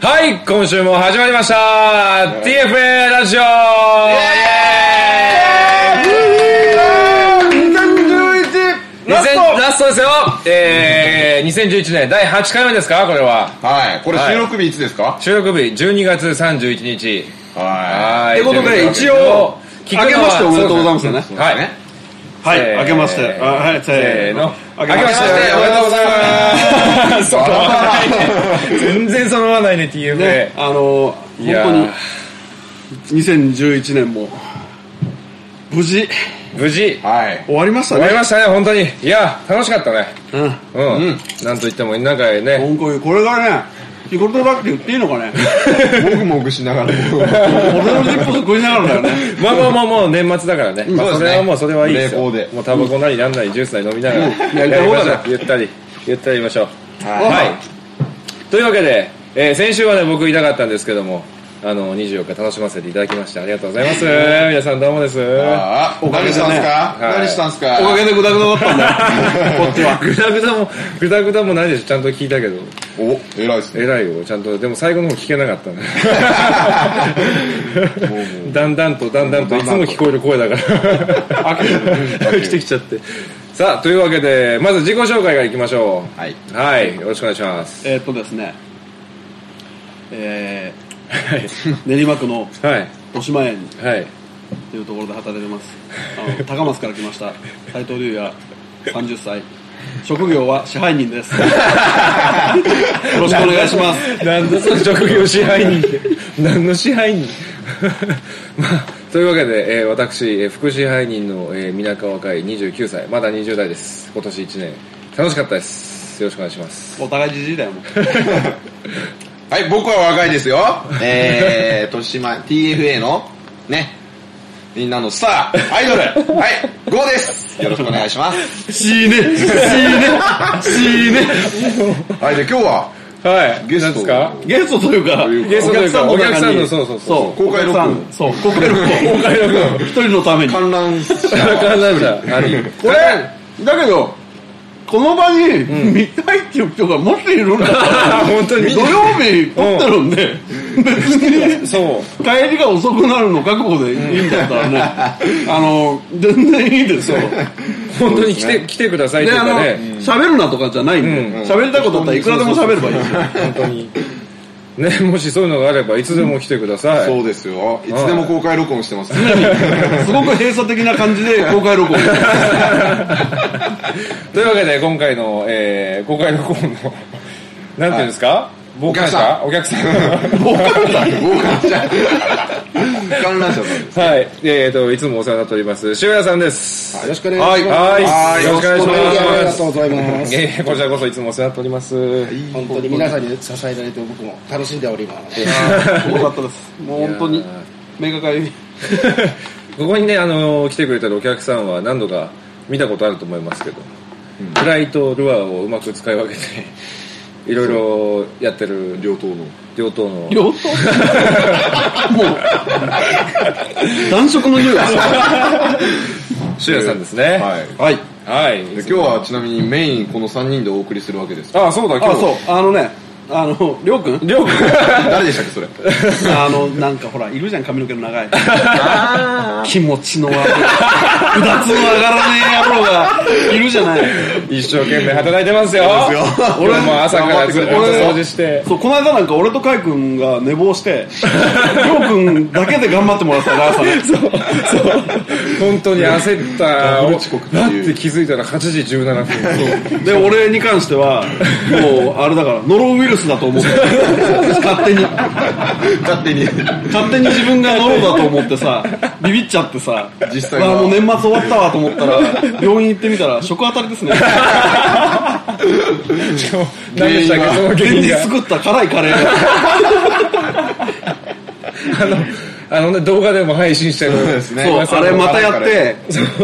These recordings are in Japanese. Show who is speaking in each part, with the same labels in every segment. Speaker 1: はい、今週も始まりました !TFA ラジオイエーイ
Speaker 2: ラスト
Speaker 1: 2000ラストですよえー、2011年第8回目ですかこれは。
Speaker 2: はい。これ
Speaker 1: はい
Speaker 2: 収録日いつですか
Speaker 1: 収録日12月31日。
Speaker 2: は。
Speaker 1: はいい
Speaker 2: ということで、
Speaker 1: とい
Speaker 2: 一
Speaker 1: うことで
Speaker 2: 応、
Speaker 1: 聞くのは
Speaker 3: 明けましておめでとうございます
Speaker 1: そ
Speaker 3: ね
Speaker 1: うですはい。
Speaker 3: はい
Speaker 1: せー、の
Speaker 3: 明けまして。あはい、
Speaker 1: せーの。
Speaker 3: 明けまして。
Speaker 1: おめでとうござい ます。そのまないね。全然そのまわないね、
Speaker 3: ね
Speaker 1: TFA、。
Speaker 3: あの
Speaker 1: い
Speaker 3: ー、
Speaker 1: やー
Speaker 3: 本当に、2011年も、無事、
Speaker 1: 無事、
Speaker 2: はい。
Speaker 3: 終わりました
Speaker 1: 終わり
Speaker 3: ね。
Speaker 1: ましたね、本当に。いや、楽しかったね。
Speaker 3: うん。
Speaker 1: うん。なんといっても、なんかね、
Speaker 3: 本当に、これがね、日頃とばって言っていいのかね。
Speaker 2: もぐもぐしながら。
Speaker 3: 俺の尻尾食いながらだよ ね。
Speaker 1: まあまあまあもう年末だからね。まあ
Speaker 2: そ
Speaker 1: そう
Speaker 2: ですね
Speaker 1: れはもうそれはいいですよ。
Speaker 2: 冷房で
Speaker 1: もうタバコなりなんなりジュースなり飲みながら
Speaker 3: うん
Speaker 1: やり
Speaker 3: やりたい
Speaker 1: ましょ
Speaker 3: 放題
Speaker 1: う
Speaker 3: だ。
Speaker 1: ゆったり、ゆったりやりましょう。
Speaker 2: は
Speaker 1: はい。というわけで、えー先週はね、僕いなかったんですけども、あの、24日楽しませていただきましてありがとうございます。皆さんどうもです。
Speaker 2: ああ、
Speaker 3: おかげ
Speaker 2: 何
Speaker 3: で
Speaker 2: した
Speaker 3: ね
Speaker 2: んすか
Speaker 1: はい
Speaker 2: 何したんす
Speaker 3: おか
Speaker 2: か
Speaker 3: げでグダグダだったんだよ。こっちは。
Speaker 1: グダグダも、グダグダもないでしょ。ちゃんと聞いたけど。
Speaker 2: お、偉いですね。
Speaker 1: 偉いよちゃんとでも最後の方聞けなかったねだんだんとだんだんといつも聞こえる声だから
Speaker 3: 飽きて る
Speaker 1: 飽きてきちゃってさあというわけでまず自己紹介からいきましょう
Speaker 2: はい
Speaker 1: はいよろしくお願いします
Speaker 3: えーっとですね、えー、練馬区の
Speaker 1: はい
Speaker 3: 豊島園
Speaker 1: はい
Speaker 3: というところで働いてますあの高松から来ました斉藤龍也30歳職業は支配人ですよろしくお願いします
Speaker 1: 何のその職業支配人って 何の支配人 まあというわけで、えー私、えー副支配人の、えー、皆川会29歳まだ20代です今年1年楽しかったですよろしくお願いします
Speaker 3: お互いじじいだよもう
Speaker 2: はい、僕は若いですよ。えー、豊島 TFA の、ね、みんなのスター、アイドル、はい、ゴーです。よろしくお願いします。
Speaker 3: 死ね死ね死ね
Speaker 2: はい、で今日は、
Speaker 1: はい
Speaker 2: ゲスト
Speaker 1: なん
Speaker 3: ゲストというか
Speaker 1: ゲストというか
Speaker 3: お客さ
Speaker 1: お客
Speaker 3: んの中に
Speaker 1: さんのそうそうそう
Speaker 3: そう
Speaker 2: 公開録音
Speaker 3: そう公開録音一人のために
Speaker 2: 観覧
Speaker 1: ですかなかなん だあり
Speaker 3: これだけどこの場に見たいっていう人がもしいるんだったら
Speaker 1: あ本当に
Speaker 3: 土曜日撮ってるんで、別に
Speaker 1: そう
Speaker 3: 帰りが遅くなるの覚悟でいいんだったらね、あの、全然いいですよ。
Speaker 1: 本当に来て,、来てくださいと
Speaker 3: で、
Speaker 1: いう
Speaker 3: あの
Speaker 1: か、ね
Speaker 3: 喋、るなとかじゃないん
Speaker 1: うん
Speaker 3: で、喋、りたいことだったらいくらでも喋ればいいですよ。
Speaker 1: 本当にねもしそういうのがあればいつでも来てください、
Speaker 2: そうですよ。いつでも公開録音してます。
Speaker 3: すごく閉鎖的な感じで公開録音。
Speaker 1: というわけで今回の、えー、公開録音のなんていうんですか、お
Speaker 2: 客さ
Speaker 1: お客さ ん
Speaker 2: 豪華じゃん。観覧車さんです。
Speaker 1: はいえー、といつもお世話になっております渋谷さんです
Speaker 4: よろしくお願いします。
Speaker 1: はいはい
Speaker 4: よろしくお願いします。
Speaker 1: はい
Speaker 4: ありがとうございます。
Speaker 1: えーこちらこそいつもお世話になっております、
Speaker 4: 本当に皆さんに支えられて僕も楽しんでおります。
Speaker 3: よかったです。もう本当に、メガ会、
Speaker 1: ここにね、あのー来てくれてるお客さんは何度か見たことあると思いますけど、フライとルアーをうまく使い分け て、いろいろやってる
Speaker 2: 両党の。
Speaker 1: 両党の。
Speaker 3: 両方もう、暖色の匂いがする。
Speaker 1: シュさんですね。
Speaker 2: はい。
Speaker 3: は
Speaker 1: は
Speaker 3: い。
Speaker 1: い。
Speaker 2: で今日はちなみにメインこの3人でお送りするわけです。
Speaker 1: あ、そうだ、今
Speaker 3: あ、
Speaker 1: 日。
Speaker 3: そう、あのね、あの、りょうくん
Speaker 1: りょうくん。
Speaker 2: 誰でしたっけ、それ。
Speaker 3: あの、なんかほら、いるじゃん、髪の毛の長い。気持ちの悪い。うだつの上がらねえ野郎がいるじゃない。
Speaker 1: 一生懸命働いてますよ。俺も朝からずっと
Speaker 3: 俺
Speaker 1: 掃除して。
Speaker 3: そう、この間なんか俺とカイ君が寝坊して、りょうくんだけで頑張ってもらってたから、朝ね。
Speaker 1: そう、そう。本当に焦った。
Speaker 2: ダブル遅刻って
Speaker 1: だっ
Speaker 2: いう
Speaker 1: て気づいたら8時17分。
Speaker 3: で、俺に関しては、もう、あれだから、ノロウイルスだと思って。勝手に。
Speaker 2: 勝手に。
Speaker 3: 勝手に自分がノロだと思ってさ、ビビっちゃってさ、
Speaker 2: 実際は
Speaker 3: は。もう年末終わったわと思ったら、病院行ってみたら、食当たりですね。
Speaker 1: 何でしたっけ、その原
Speaker 3: 前
Speaker 1: 因
Speaker 3: 日
Speaker 1: が。
Speaker 3: 作った辛いカレーが。
Speaker 1: あの、あのね、動画でも配信してる。そうです
Speaker 2: ね
Speaker 3: そう、あれまたやって、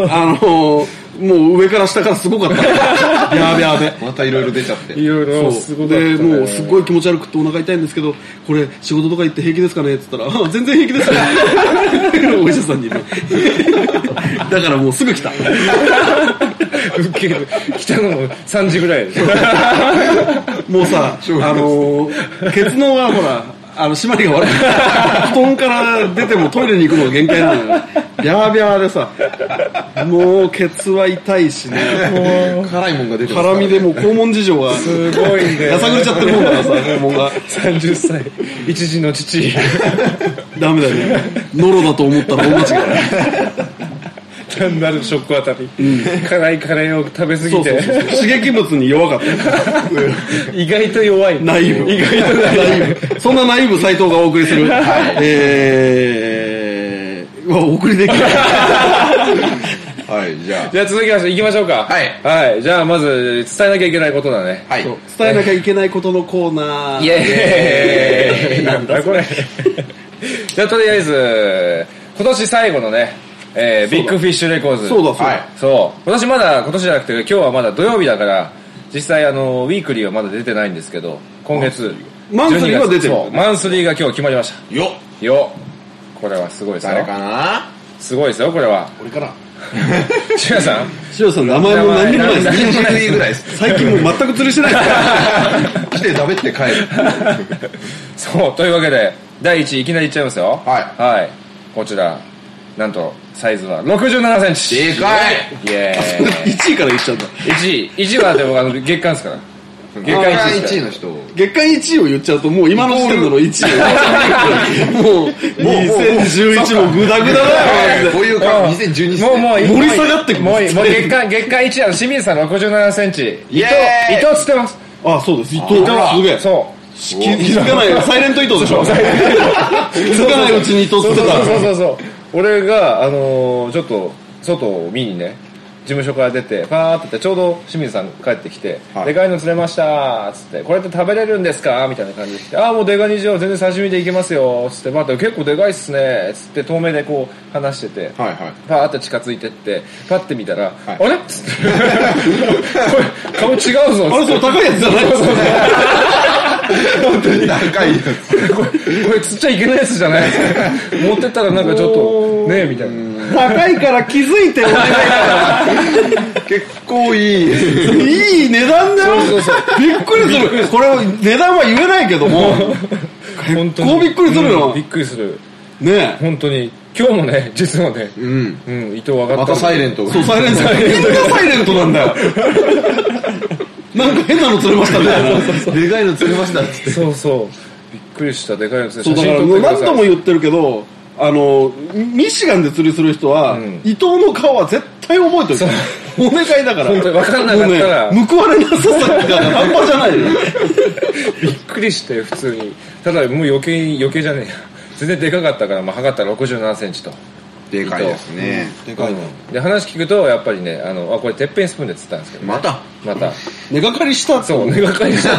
Speaker 3: あのー、もう上から下からすごかった。 やべやべ。
Speaker 2: またいろいろ出ちゃって。
Speaker 1: いろいろ、す
Speaker 3: そ
Speaker 1: ご
Speaker 3: う
Speaker 1: かったね
Speaker 3: で、もうすっごい気持ち悪くてお腹痛いんですけど、これ仕事とか行って平気ですかねって言ったら、あ全然平気ですよ。お医者さんにね。 だからもうすぐ来た。
Speaker 1: 受ける来たのも3時ぐらいで
Speaker 3: もうさ、あのー、ケツのがほら、あの締まりが悪い布団から出てもトイレに行くのが限界なのよビャービャーでさもうケツは痛いしね
Speaker 2: 辛いもんが出てますから
Speaker 3: 絡みでもう肛門事情が
Speaker 1: すごいね
Speaker 3: やさぐれちゃってるもんだからさ肛門が
Speaker 1: 30歳一児の父
Speaker 3: ダメだよねノロだと思ったら大間違い
Speaker 1: 単なるショックあたり、辛いカレーを食べ過
Speaker 3: そ
Speaker 1: ぎ
Speaker 3: うそうそう
Speaker 1: て
Speaker 3: 刺激物に弱かった
Speaker 1: 意外と弱い
Speaker 3: ナイーブ
Speaker 1: 意外とない
Speaker 3: ナイーブそんなナイーブ斎藤がお送りするえーうわお送りできない
Speaker 2: はい、じゃ
Speaker 1: じゃあ続きまして行きましょうか
Speaker 2: はい
Speaker 1: はい、じゃあまず伝えなきゃいけないことだね
Speaker 2: あ、はい。
Speaker 3: そう伝えなきゃいけないことのコーナー
Speaker 1: エーイなんだこれじゃあとりあえず今年最後のね、えービッグフィッシュレコーズ
Speaker 3: そうだそう
Speaker 2: は
Speaker 3: だ
Speaker 2: い
Speaker 1: そう今年まだ今年じゃなくて今日はまだ土曜日だから実際あのウィークリーはまだ出てないんですけど今月
Speaker 3: マンスリー
Speaker 1: 12
Speaker 3: マンスリーは
Speaker 1: 月
Speaker 3: 出てる
Speaker 1: そうマンスリーが今日決まりまし
Speaker 2: よ
Speaker 1: たよこれはすごいですよ
Speaker 2: 誰かな
Speaker 1: すごいですよこれは
Speaker 4: 俺 かな
Speaker 1: 志村さん
Speaker 3: 塩さん名前も何にもないです
Speaker 1: 名前
Speaker 2: 20人ぐらいです。
Speaker 3: 最近もう全く釣りしてないですから
Speaker 2: 来て食べ て帰る。
Speaker 1: そうというわけで第1位いきなりいっちゃいますよ
Speaker 2: はい
Speaker 1: はい、こちらなんとサイズは6 7ンチ
Speaker 2: でかい
Speaker 1: イエーイ
Speaker 3: 1位から言っちゃった
Speaker 1: 1位1位はでもあの月間ですから月間1位です
Speaker 2: 1位
Speaker 1: か
Speaker 2: の人。もう、
Speaker 3: 月間1位を言っちゃうともう今の時点での1位もう2011もグダグダだよ
Speaker 2: こういう
Speaker 1: ら
Speaker 2: 感じ、2012
Speaker 1: もうもう
Speaker 3: 盛り下がってくる
Speaker 1: もうもう月間月間1位は清水さん6 7ンチ
Speaker 2: イ
Speaker 1: 伊
Speaker 2: エ
Speaker 1: 藤
Speaker 2: ーイ
Speaker 1: 伊藤っつってます
Speaker 3: あそうです伊藤
Speaker 1: 伊藤は
Speaker 3: すげえ
Speaker 1: そう
Speaker 3: 気気づかないサイレント伊藤でしょ気づかないうちに伊藤
Speaker 1: そう
Speaker 3: って
Speaker 1: そうそう
Speaker 3: た
Speaker 1: そうそう俺があのーちょっと外を見にね事務所から出てパーってってちょうど清水さん帰ってきて「
Speaker 2: はい
Speaker 1: でかいの釣れました」っつって「これって食べれるんですか?」みたいな感じで来て「ああもうでかにしよう全然刺身でいけますよ」っつって「まあ、結構でかいっすね」っつって遠目でこう話してて、
Speaker 2: はいはい。
Speaker 1: パーって近づいてってパッて見たら「
Speaker 2: はい
Speaker 1: あれ?」っ つってこれ「顔違うぞ」
Speaker 3: あれ
Speaker 1: っ
Speaker 3: それ高いやつじゃないですか
Speaker 1: つって
Speaker 2: 高いやつ。
Speaker 1: 「これこれ釣っちゃいけないやつじゃない?」持ってったらなんかちょっとねえみたいな。
Speaker 3: 高いから気づいてもらえない
Speaker 2: 結構いい。
Speaker 3: いい値段だよ
Speaker 1: そうそう
Speaker 3: びっくりするこれは値段は言えないけども
Speaker 1: 本当に
Speaker 3: こうびっくりするよ
Speaker 1: うんびっくりする
Speaker 3: ねえ
Speaker 1: 本当に今日もね 実はね、
Speaker 2: うん。
Speaker 1: うん、伊藤分かった
Speaker 2: またサイレントが。
Speaker 3: そうサイレントみんなサイレントなんだよなんか変なの釣れましたみたいな
Speaker 2: でかいの釣れましたっつって。
Speaker 1: そうそうびっくりしたでかいやつで
Speaker 3: そう
Speaker 1: 写
Speaker 3: だ
Speaker 1: 真
Speaker 3: から
Speaker 1: 撮ってくだ
Speaker 3: 何
Speaker 1: さい
Speaker 3: 度も言ってるけどあのミシガンで釣りする人は、
Speaker 1: ん
Speaker 3: 伊藤の顔は絶対覚えておいてお願いだから
Speaker 1: 本当に分かんなかったら
Speaker 3: もうね報われなささが半端じゃないよ
Speaker 1: びっくりして普通にただもう余計に余計じゃねえや全然でかかったから、まあ、測ったら6 7ンチと
Speaker 2: でかいですね。
Speaker 3: でかいね
Speaker 1: うんで話聞くとやっぱりねあのあこれてっぺんスプーンで釣ったんですけど
Speaker 2: また、
Speaker 1: また
Speaker 3: 寝かかりしたって
Speaker 1: そう根がかりしちゃ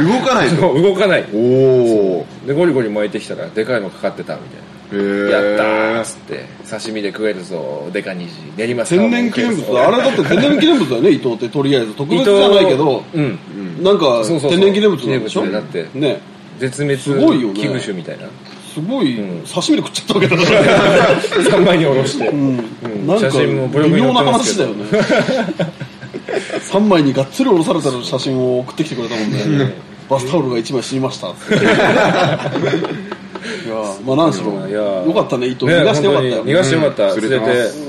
Speaker 1: っ
Speaker 2: 動かない
Speaker 1: て
Speaker 2: と。
Speaker 1: そう動かない
Speaker 2: おー。
Speaker 1: でゴリゴリ巻いてきたらでかいのかかってたみたいな
Speaker 2: へー
Speaker 1: やったーっつって刺身で食えるぞデカ虹練馬
Speaker 3: 天然記念物だあれだって天然記念物だよね伊藤ってとりあえず特
Speaker 1: 伊
Speaker 3: 別
Speaker 1: 藤
Speaker 3: じゃないけど、
Speaker 1: うん
Speaker 3: なんか
Speaker 1: そうそうそう
Speaker 3: 天然記念物なんでしょ
Speaker 1: 記念物でだって
Speaker 3: ね
Speaker 1: 絶滅
Speaker 3: すごいよね
Speaker 1: 危惧種みたいな
Speaker 3: すごい、刺身で食っちゃったわけだから、
Speaker 1: 3枚におろして、
Speaker 3: うんなんか
Speaker 1: 写真もブログ
Speaker 3: 微
Speaker 1: に載
Speaker 3: 妙
Speaker 1: って
Speaker 3: な
Speaker 1: ます
Speaker 3: 話
Speaker 1: け
Speaker 3: だ
Speaker 1: ど
Speaker 3: よね3枚にがっつりおろされた写真を送ってきてくれたもんねバスタオルが1枚死に ましたっつっていやまあ何しろ
Speaker 1: いやー
Speaker 3: よかったね伊藤逃がしてよかった
Speaker 1: ね
Speaker 3: よ
Speaker 1: 本当に逃がしてよかった、
Speaker 2: うん
Speaker 1: 釣れて
Speaker 2: 釣れてま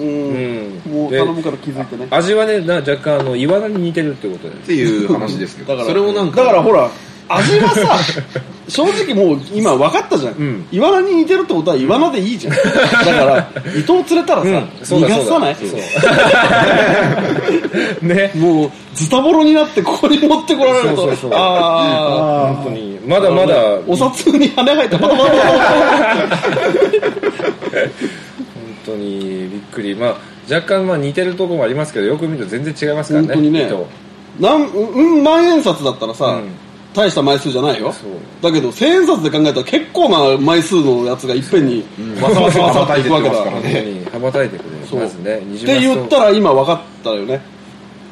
Speaker 1: うん
Speaker 3: もう
Speaker 1: で
Speaker 3: 頼むから気づいてね
Speaker 1: 味はねな若干あのイワナに似てるってことで
Speaker 2: っていう話ですけ
Speaker 3: だか
Speaker 2: ど。
Speaker 3: ら
Speaker 2: それもなんか。
Speaker 3: だからほら味は さ正直もう今分かったじゃん、
Speaker 1: ん
Speaker 3: イワナに似てるってことはイワナでいいじゃん、だ から伊藤釣れたらさ、
Speaker 1: うんそう
Speaker 3: 逃
Speaker 1: だ
Speaker 3: がさない
Speaker 1: そうだ ね
Speaker 3: もうズタボロになってここに持ってこられると
Speaker 1: そうそうそう
Speaker 3: ああ
Speaker 1: 本当にまだまだ
Speaker 3: お
Speaker 1: 本
Speaker 3: 札に羽生えてパタパタパ
Speaker 1: 当にびっくりまあ若干まあ似てるとこもありますけどよく見ると全然違いますからね
Speaker 3: 本当にね
Speaker 1: 糸
Speaker 3: タなんうん万円札だったらさ、
Speaker 1: うん
Speaker 3: 大した枚数じゃないよ
Speaker 1: そう
Speaker 3: だけど千円札で考えたら結構な枚数のやつがいっぺんにわさわさわさっていくわけだ
Speaker 2: 羽ばたいてってます
Speaker 1: 本当に羽ばたいてくれる
Speaker 2: から
Speaker 3: そう
Speaker 1: まずね
Speaker 3: って言ったら今分かったよね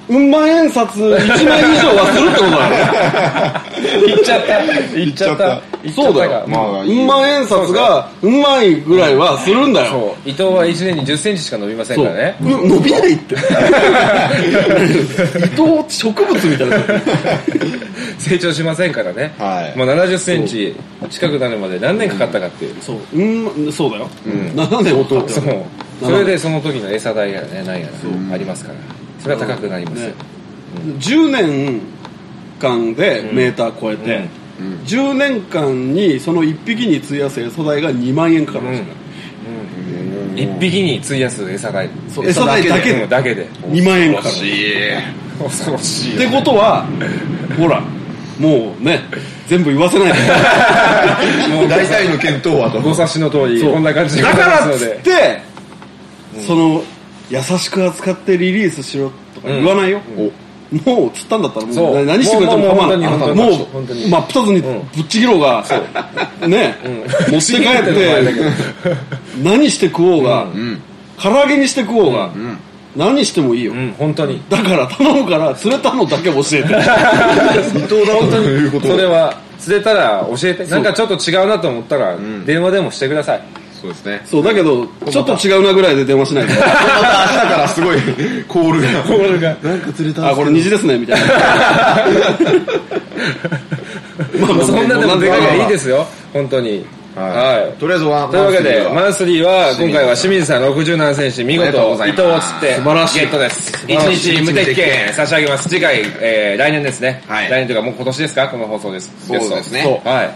Speaker 3: うん万円札1枚以上はするってことだよね
Speaker 1: 行っちゃった行っちゃった
Speaker 3: そうだよ。
Speaker 2: まあいい
Speaker 3: うん万円札がうまいぐらいはするんだよ。
Speaker 1: そう伊藤は1年に1 0ンチしか伸びません
Speaker 3: そ
Speaker 1: か
Speaker 3: う
Speaker 1: らね
Speaker 3: うん伸びないって。伊藤植物みたいな。
Speaker 1: 成長しませんからね、
Speaker 2: はい
Speaker 1: まあ、7 0ンチ近くなるまで何年かかったかっていう、
Speaker 3: そう。うん、そうだよ。7年経って
Speaker 1: そう
Speaker 3: る。
Speaker 1: それでその時の餌代やらね何やらありますからそれは高くなりますよ、
Speaker 3: ね10年間でメーター超えて、10年間にその1匹に費やす餌代が2万円かかるんですよ、
Speaker 1: 1匹に費やす餌代
Speaker 3: そう餌代だけで
Speaker 1: うんだけで
Speaker 3: 2万円かか
Speaker 2: 欲
Speaker 3: る
Speaker 2: しい。
Speaker 1: 恐ろしい
Speaker 3: ってことはほらもうね全部言わせないから
Speaker 1: もう
Speaker 2: 大体の見当はと。
Speaker 1: ご察しの通り
Speaker 3: そう
Speaker 1: こんな感じでご
Speaker 3: だ
Speaker 1: ざ
Speaker 3: か
Speaker 1: います
Speaker 3: ら
Speaker 1: の
Speaker 3: っつ
Speaker 1: で
Speaker 3: って、その優しく扱ってリリースしろとか言わないよ、もう釣ったんだったらもう
Speaker 1: そう
Speaker 3: 何してくれても構わない
Speaker 1: もうもう
Speaker 3: も
Speaker 1: もう
Speaker 3: う
Speaker 1: 本当に
Speaker 3: 真っ二つに
Speaker 1: うん
Speaker 3: ぶっちぎろうが、ね、持って帰っ
Speaker 1: ぶっちぎる って
Speaker 3: て何して食おうが、
Speaker 2: うん。
Speaker 3: 唐揚げにして食おうが、何してもいいよ、
Speaker 1: うん本当に
Speaker 3: だから頼むから釣れたのだけ教 え
Speaker 2: 伊
Speaker 3: て
Speaker 2: 藤だ本当に。いうこと
Speaker 1: それは釣れたら教えてなんかちょっと違うなと思ったら
Speaker 2: ん
Speaker 1: 電話でもしてくださ い
Speaker 2: そうですね。
Speaker 3: そうだけどちょっと違うなぐらいで電話し ない
Speaker 2: ま
Speaker 3: か
Speaker 2: た明日からすごい コールが。
Speaker 1: コールが
Speaker 3: らあこれ虹ですねみたいなまあまあ
Speaker 1: そんなでも出かけりゃいいですよ本当に
Speaker 2: は。
Speaker 1: はいい
Speaker 2: とりあえずワン。
Speaker 1: というわけで、マ
Speaker 2: ワン
Speaker 1: ンスリーは、今回は清水さん67選手、見
Speaker 2: ありがと
Speaker 1: 事、
Speaker 2: うござい
Speaker 1: 伊
Speaker 2: ます
Speaker 1: 藤を釣って、
Speaker 2: 素晴らしい
Speaker 1: ゲットです。一
Speaker 2: らしい
Speaker 1: 日無敵券差し上げます。次回、えー、来年ですね。
Speaker 2: はい
Speaker 1: 来年というか、もう今年ですかこの放送です。
Speaker 2: そうですね
Speaker 1: ゲストはい。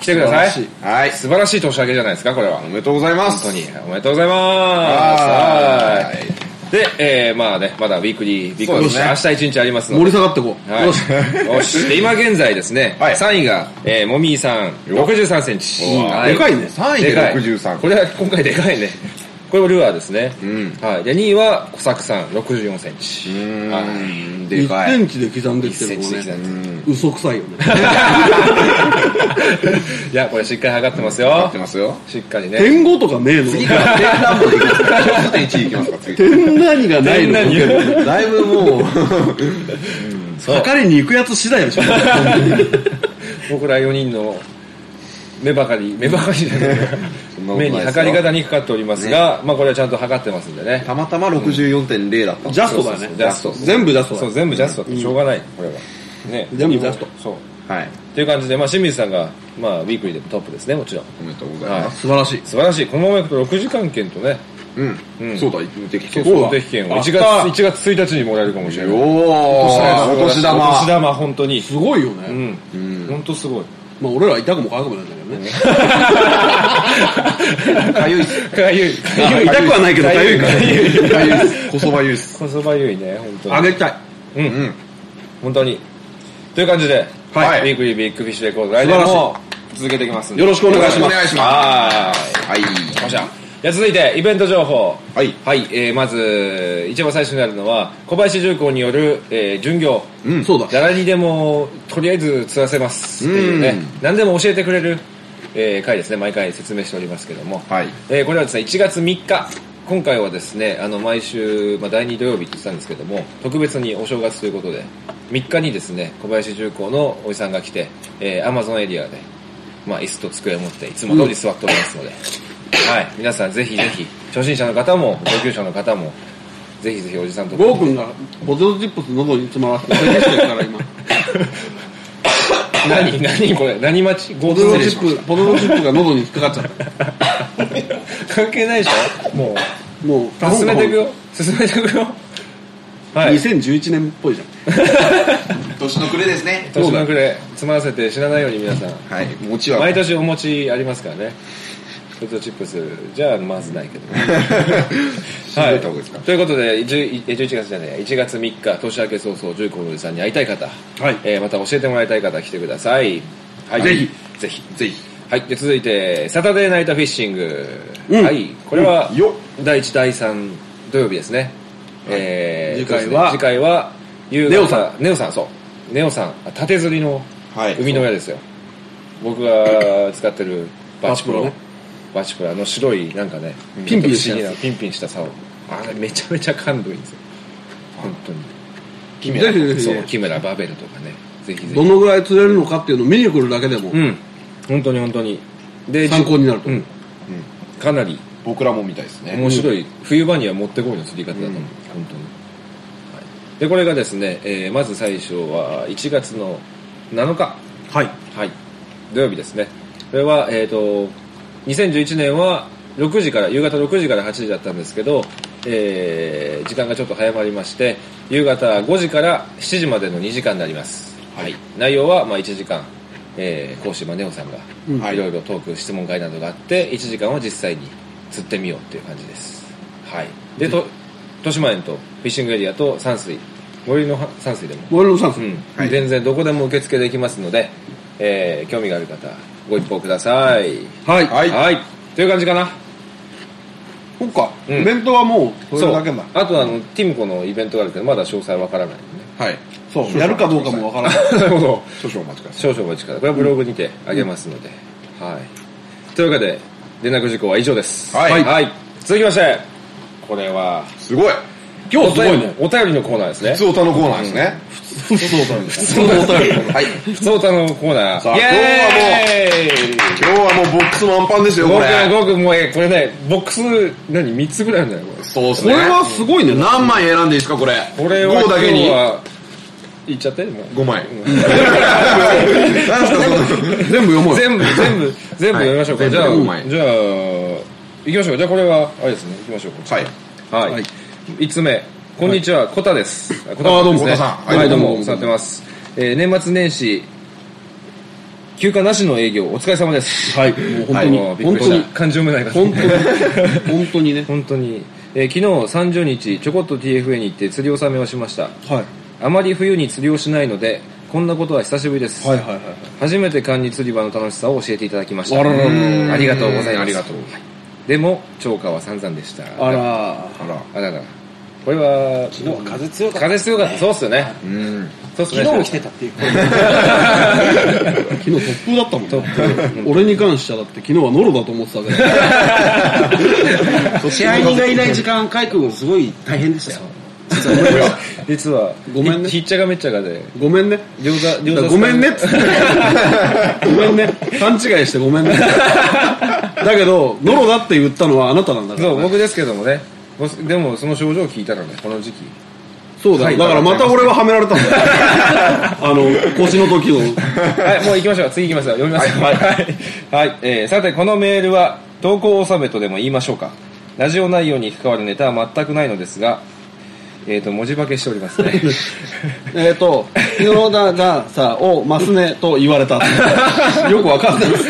Speaker 1: 来てくだ
Speaker 3: 素
Speaker 1: さ
Speaker 3: 晴ら
Speaker 1: い
Speaker 3: し。
Speaker 2: はい。
Speaker 1: 素晴らしい年明けじゃないですか、これは。
Speaker 2: お
Speaker 1: 本
Speaker 2: めでとうございます。
Speaker 1: 当に。おめでとうございます。
Speaker 2: は。
Speaker 1: はいいで、えー、まあね、まだウィークリー、ウィー
Speaker 2: そ
Speaker 1: ク
Speaker 2: う
Speaker 1: リ
Speaker 2: で
Speaker 1: ー、
Speaker 2: すね
Speaker 1: 明日一日ありますの
Speaker 3: 盛
Speaker 1: で
Speaker 3: り。下がってこう、
Speaker 1: はい、
Speaker 3: よし
Speaker 1: よし。 で、今現在ですね、
Speaker 2: はい
Speaker 1: 3位が、えー、もみーさん、63センチ。は
Speaker 3: でかいね
Speaker 2: 3位
Speaker 1: でか
Speaker 2: で
Speaker 1: い
Speaker 2: 63。
Speaker 1: これは今回でかいね。これもルアーですね。
Speaker 2: うん
Speaker 1: はい。で、2位は小作さん、64センチ。はい。
Speaker 2: ん、で
Speaker 3: 1
Speaker 2: か
Speaker 3: セ
Speaker 2: い。
Speaker 3: ンチで刻んできてる
Speaker 1: 1
Speaker 3: の
Speaker 1: センチで刻ん
Speaker 3: ね
Speaker 1: で
Speaker 3: 嘘くさいよね
Speaker 1: いや、これしっかり測ってますよ
Speaker 2: 合って。ますよ。
Speaker 1: しっかりね。
Speaker 3: 点5とかねえの
Speaker 2: 次から天覧もできます。1.1いきますか、次。
Speaker 3: 点何がないの
Speaker 2: だいぶもう、
Speaker 3: 測りに行くやつ次第でしょ
Speaker 1: 僕ら4人の目ばかり、目ばかりじゃない
Speaker 2: そんなことな
Speaker 1: 目
Speaker 2: いですよ
Speaker 1: に測り方にかかっておりますが、まあこれはちゃんと測ってますんでね。
Speaker 2: たまたま64.0だった。
Speaker 3: ジャストだよね
Speaker 1: ジャスト。
Speaker 3: 全部ジャストだ
Speaker 1: そう、全部ジャストだってしょうがない、これは。ね。
Speaker 3: 全部ジャスト
Speaker 1: そう。
Speaker 2: はい。
Speaker 1: っていう感じで、まあ清水さんが、まあウィークリーでもトップですね、もちろん。
Speaker 2: おめでとうございます。
Speaker 3: 素晴らしい
Speaker 1: 素晴らしい。このままいくと6時間券とね、
Speaker 2: う。
Speaker 1: うんん
Speaker 2: そうだ、無敵
Speaker 1: そう
Speaker 2: 決
Speaker 1: そう、定期券を
Speaker 3: あ
Speaker 1: 1月
Speaker 3: あ
Speaker 1: ,1 月1日にもらえるかもしれない。
Speaker 2: おー、お
Speaker 1: お
Speaker 2: 年
Speaker 1: 年
Speaker 2: 玉。
Speaker 1: 玉、本当に。
Speaker 3: すごいよ
Speaker 1: う
Speaker 3: ね、
Speaker 1: ん。本当すごい。
Speaker 3: まあ俺ら痛くも痒くもないんだけどね
Speaker 2: かゆいっす。
Speaker 1: かゆい。
Speaker 3: 痒い痛くはないけど痒いから
Speaker 2: かゆいっす。こそばゆいっす。
Speaker 1: こそばゆいね、本当
Speaker 3: あ
Speaker 1: に。
Speaker 3: げたい
Speaker 2: うん。
Speaker 1: 本当に。という感じで、
Speaker 2: はい
Speaker 1: ウィークリービッグフィッシュレコード、来年も続けていきますんで
Speaker 3: よろしくお願いしま
Speaker 2: お
Speaker 3: す
Speaker 2: 願いしま
Speaker 1: は
Speaker 2: す。はい。
Speaker 1: ーい。よっしゃ。じゃあ続いて、イベント情報。
Speaker 2: はい
Speaker 1: はい、えー、まず、一番最初になるのは、小林重工による、えー、巡業。
Speaker 2: うん
Speaker 3: そうだ
Speaker 1: 誰にでもとりあえず釣らせますっていう
Speaker 2: う
Speaker 1: ね
Speaker 2: ん
Speaker 1: 何でも教えてくれる、えー回ですね毎回説明しておりますけども、
Speaker 2: はい
Speaker 1: えーこれはですね1月3日今回はですねあの毎週、まあ、第2土曜日って言ってたんですけども特別にお正月ということで3日にですね小林重工のおじさんが来て、えー、アマゾンエリアで、まあ、椅子と机を持っていつも通り座っておりますので、はい皆さんぜひぜひ初心者の方も上級者の方もぜひぜひおじさんと
Speaker 3: ゴー君がポテトチップス喉に詰まらせて手にしてるから今ポ
Speaker 1: 何何これ何待ちゴー
Speaker 3: テ
Speaker 1: ル
Speaker 3: ト
Speaker 1: デン
Speaker 3: チップポテトチップが喉に引っかかっちゃった
Speaker 1: 関係ないでしょ もう
Speaker 3: もう
Speaker 1: 進めていくよ進めていくよはい
Speaker 3: 2011年っぽいじゃん
Speaker 2: 年の暮れですね。
Speaker 1: 年の暮れ詰まらせて死なないように皆さん
Speaker 2: はい。餅は。
Speaker 1: 毎年お餅ありますからねポテトチップスじゃあまずないけどは
Speaker 2: た方がいいですか
Speaker 1: ということで10 11月じゃねえ1月3日年明け早々重工のおじさんに会いたい方、
Speaker 3: はい
Speaker 1: えーまた教えてもらいたい方来てください、はい、
Speaker 3: ぜひ
Speaker 1: ぜひ
Speaker 2: ぜひ。
Speaker 1: はい、で続いて、サタデーナイトフィッシング。
Speaker 3: うん
Speaker 1: はい、これは
Speaker 2: うんよ、
Speaker 1: 第1、第3土曜日ですね。えー
Speaker 3: 次
Speaker 1: そ
Speaker 3: 回は
Speaker 1: うですね次回は、夕方
Speaker 3: ネオさ
Speaker 1: ネオさん、そう。ネオさん、あ縦釣りの
Speaker 2: はい
Speaker 1: 海の親ですよ。僕が使ってるバチプロ。
Speaker 3: バチプロね
Speaker 1: バチプロ、あの白い、なんかね、
Speaker 3: ピンピン
Speaker 1: ち
Speaker 3: し
Speaker 1: ょっと不思議
Speaker 3: たや
Speaker 1: な、ピンピンした竿。あれ、めちゃめちゃ感動いいんですよ。本当に。
Speaker 2: キ
Speaker 3: メラぜひぜひ
Speaker 1: そう、キメラ、バベルとかね。ぜひぜ
Speaker 3: ど
Speaker 1: ひ。
Speaker 3: のぐらい釣れるのかっていうのを見に来るだけでも、
Speaker 1: うん。本当に本当にで
Speaker 3: 参考になると
Speaker 1: うん、かなり
Speaker 2: 僕らもみたいですね。
Speaker 1: 面白い、冬場にはもってこいの釣り方だと思う、本当に、はい、でこれがですね、えーまず最初は1月の7日
Speaker 3: はい
Speaker 1: はい、土曜日ですね。これは、えっ、と、2011年は6時から、夕方6時から8時だったんですけど、えー時間がちょっと早まりまして、夕方5時から7時までの2時間になります。はい。内容は、まあ1時間、えー、講師マネオさんが、
Speaker 3: うん
Speaker 1: いろいろトーク、質問会などがあって、1時間は実際に釣ってみようっていう感じです。はい。で、と、豊島園とフィッシングエリアと山水、森の山水でも
Speaker 3: 俺のさんです
Speaker 1: うん全然どこでも受付できますので、えー興味がある方ご一報ください
Speaker 3: はい
Speaker 2: はい
Speaker 1: という感じかな
Speaker 3: そっか
Speaker 1: うん
Speaker 3: イベントはもう
Speaker 4: これだけだ
Speaker 1: あとあのティムコのイベントがあるけどまだ詳細わからないんで ね
Speaker 2: はい。
Speaker 3: そうやるかどうかもわからない
Speaker 1: なるほど
Speaker 2: 少々お待ちください。
Speaker 1: 少々お待ちくださいこれはブログにてあげますので、はいというわけで連絡事項は以上です
Speaker 2: はい
Speaker 1: 続きましてこれは
Speaker 2: すごい。
Speaker 3: 今日すごい
Speaker 1: お便
Speaker 3: ね
Speaker 1: りお便りのコーナーですね
Speaker 2: 普通歌のコーナーですね。
Speaker 3: そうだねそうだね
Speaker 2: はい。
Speaker 1: 普通歌のコーナー
Speaker 2: さあ
Speaker 1: イエーイ
Speaker 2: 今日はもうボックス満帆ですよ、こ
Speaker 1: 僕
Speaker 2: れ。
Speaker 1: 僕もうえこれねボックス何3つぐらいあるんだよこれ
Speaker 2: そうです
Speaker 3: こ
Speaker 2: ね。
Speaker 3: れはすごいねな
Speaker 2: 何枚選んでいいですか、これ。
Speaker 1: これは
Speaker 2: 5だけに
Speaker 1: 今日は言っちゃってもう
Speaker 2: 5枚。何ですか、その。
Speaker 3: 全部読もうよ
Speaker 1: 全部全部全部
Speaker 2: はい
Speaker 1: 読みましょうか、
Speaker 2: 全部
Speaker 1: じゃあ
Speaker 2: うまい
Speaker 1: じゃあ行きましょうかじゃあこれはあれですね行きましょうか
Speaker 2: はい。
Speaker 1: はい、
Speaker 3: はい
Speaker 1: 5つ目こんにちはコタですあコタ
Speaker 2: あどうも
Speaker 1: ですね
Speaker 2: コタさん
Speaker 1: は、
Speaker 2: はいい
Speaker 1: ど
Speaker 2: ど
Speaker 1: う
Speaker 2: うも
Speaker 1: もさってます、えー年末年始休暇なしの営業お疲れ様です
Speaker 3: はいもう本当に
Speaker 1: はいびっくりし
Speaker 3: 本当に
Speaker 1: た感情読めないから
Speaker 3: 本当に本当にね
Speaker 1: 本当に、えー昨日30日ちょこっと TFA に行って釣り納めをしました
Speaker 3: はい
Speaker 1: あまり冬に釣りをしないのでこんなことは久しぶりです、
Speaker 3: はいはいはい
Speaker 1: 初めて管理釣り場の楽しさを教えていただきました
Speaker 3: あらららら
Speaker 1: うんありがとうございます
Speaker 2: ありがとう
Speaker 1: はいでも超過は散々でした
Speaker 3: あら
Speaker 2: あら。
Speaker 1: あららこれは
Speaker 4: 昨日風強かった
Speaker 1: 風強かったそうっすよね
Speaker 2: うん。
Speaker 1: そうっすね
Speaker 4: 昨日も来てたっていう声
Speaker 3: 昨日突風だったもん
Speaker 1: 突風
Speaker 3: ね俺に関してはだって昨日はノロだと思ってたけど
Speaker 4: 試合人がいない時間、カイ君もすごい大変でしたよ。
Speaker 1: 実は
Speaker 3: ごめんね
Speaker 1: ひひっちゃがめっちゃがで
Speaker 3: ごめんね
Speaker 1: 餃子餃
Speaker 3: だか
Speaker 1: 子
Speaker 3: らごめんねっつってごめんね勘違いしてごめんねだけどノロだって言ったのはあなたなんだから
Speaker 1: そう
Speaker 3: ね
Speaker 1: 僕ですけどもねぼでもその症状を聞いたらねこの時期
Speaker 3: そうだよだからまた俺ははめられたんだよあの腰の時の
Speaker 1: はい、もう行きましょう。次行きますよ。読みますよ。はい。はい、 えーさて、このメールは、投稿納めとでも言いましょうか。ラジオ内容に関わるネタは全くないのですが、えっ、と、文字化けしております ね。
Speaker 3: えっ、ー、と、昨日だがさ、をマスネと言わ れた。よくわかんないです。